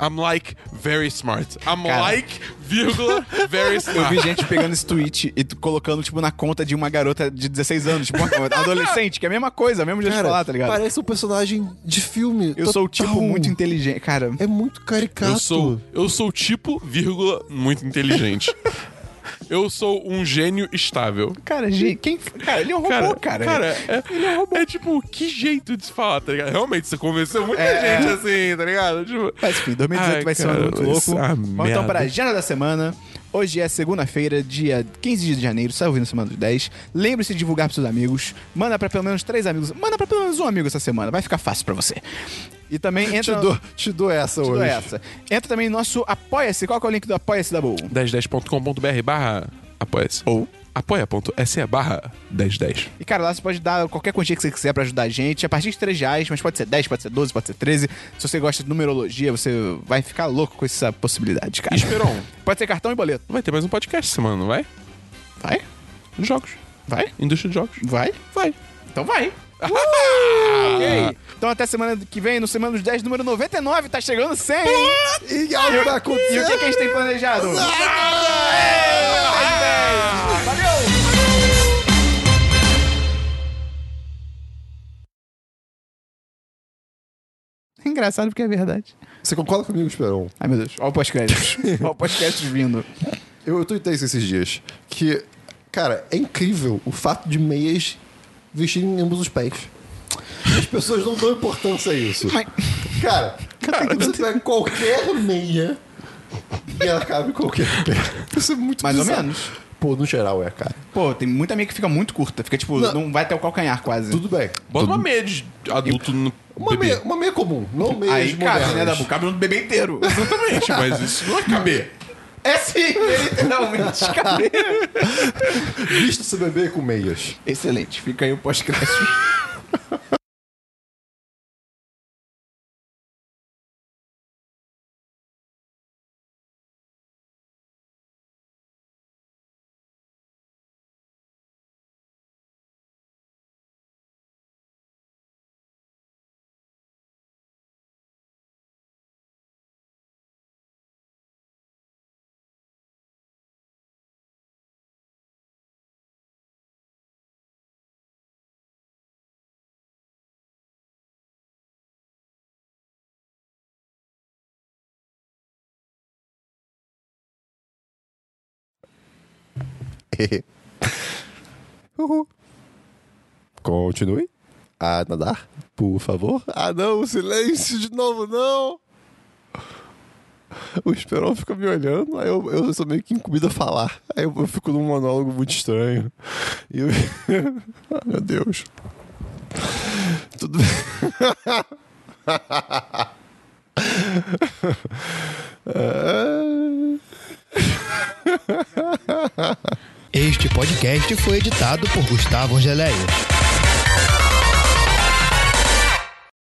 C: I'm like very smart. I'm
A: Cara.
C: like, vírgula, very smart.
A: Eu vi gente pegando esse tweet e tu- colocando, tipo, na conta de uma garota de 16 anos, tipo, uma uma adolescente, que é a mesma coisa, mesmo jeito de
B: Cara,
A: falar, tá ligado?
B: parece um personagem de filme.
A: Eu sou o
B: total.
A: tipo muito inteligente. Cara,
B: É muito caricato.
C: Eu sou, eu sou tipo, vírgula, muito inteligente. eu sou um gênio estável.
A: cara, gente, quem. Cara, ele é um robô,
C: Cara,
A: cara. um
C: é, é tipo, que jeito de se falar, tá ligado? Realmente, você convenceu muita
A: É,
C: gente assim, tá ligado? Tipo,
A: Mas enfim, 2018
C: Ai,
A: vai ser um
C: cara,
A: ano muito louco.
C: essa
A: Vamos
C: merda.
A: então pra agenda da semana. Hoje é segunda-feira, dia 15 de janeiro, sai ouvindo semana dos 10. Lembre-se de divulgar pros seus amigos. Manda pra pelo menos três amigos. Manda pra pelo menos um amigo essa semana, vai ficar fácil pra você. E também
B: Te
A: entra.
B: dou, te dou essa
A: te dou
B: hoje.
A: essa. Entra também no nosso Apoia-se. Qual que é o link do Apoia-se da Boa?
C: 1010.com.br barra apoia-se. Ou apoia.se barra 1010.
A: E, cara, lá você pode dar qualquer quantia que você quiser pra ajudar a gente. É A partir de 3 reais, mas pode ser 10, pode ser 12, pode ser 13. Se você gosta de numerologia, você vai ficar louco com essa possibilidade, cara.
C: Esperon,
A: Pode ser cartão e boleto.
C: vai ter mais um podcast semana, não vai?
A: Vai?
C: Jogos.
A: Vai?
C: Indústria de jogos.
A: Vai?
C: Vai.
A: Então vai. Ok. Então até semana que vem, no Semana dos 10, número 99, tá chegando 100. hein?
B: E algo vai acontecer.
A: E o que, que a gente tem planejado? Ah! É engraçado porque é verdade.
B: Você concorda comigo, Esperon?
A: Ai, meu Deus. Olha o pós-créditos. Olha o pós-créditos vindo.
B: Eu, eu tuitei isso esses dias. Que, cara, é incrível o fato de meias vestirem ambos os pés. As pessoas não dão importância a isso.
A: Mas-
B: Cara, você pega qualquer meia e ela cabe em qualquer pé. Isso é muito
A: Mais ou
B: bizarro.
A: menos.
B: Pô, no geral é, cara.
A: Pô, tem muita meia que fica muito curta. Fica, tipo,
B: Não.
A: não, vai até o calcanhar quase.
B: Tudo bem.
C: Bota uma meia de adulto no
B: Uma
C: bebê.
B: meia, uma meia comum, não meias
A: Aí cabe,
B: modernas.
A: né, Dabu? Cabe no bebê inteiro.
C: Exatamente, mas isso não é caber.
A: é sim, literalmente cabe.
B: Vista esse bebê com meias.
A: Excelente. Fica aí o pós-crédito.
B: Uhul. Continue a nadar, por favor. Ah, não, silêncio de novo, não. O Esperon fica me olhando, aí eu, eu sou meio que incumbido a falar. Aí eu, eu fico num monólogo muito estranho. E eu... ah, meu Deus. Tudo bem. Ah.
E: Este podcast foi editado por Gustavo Angeléia.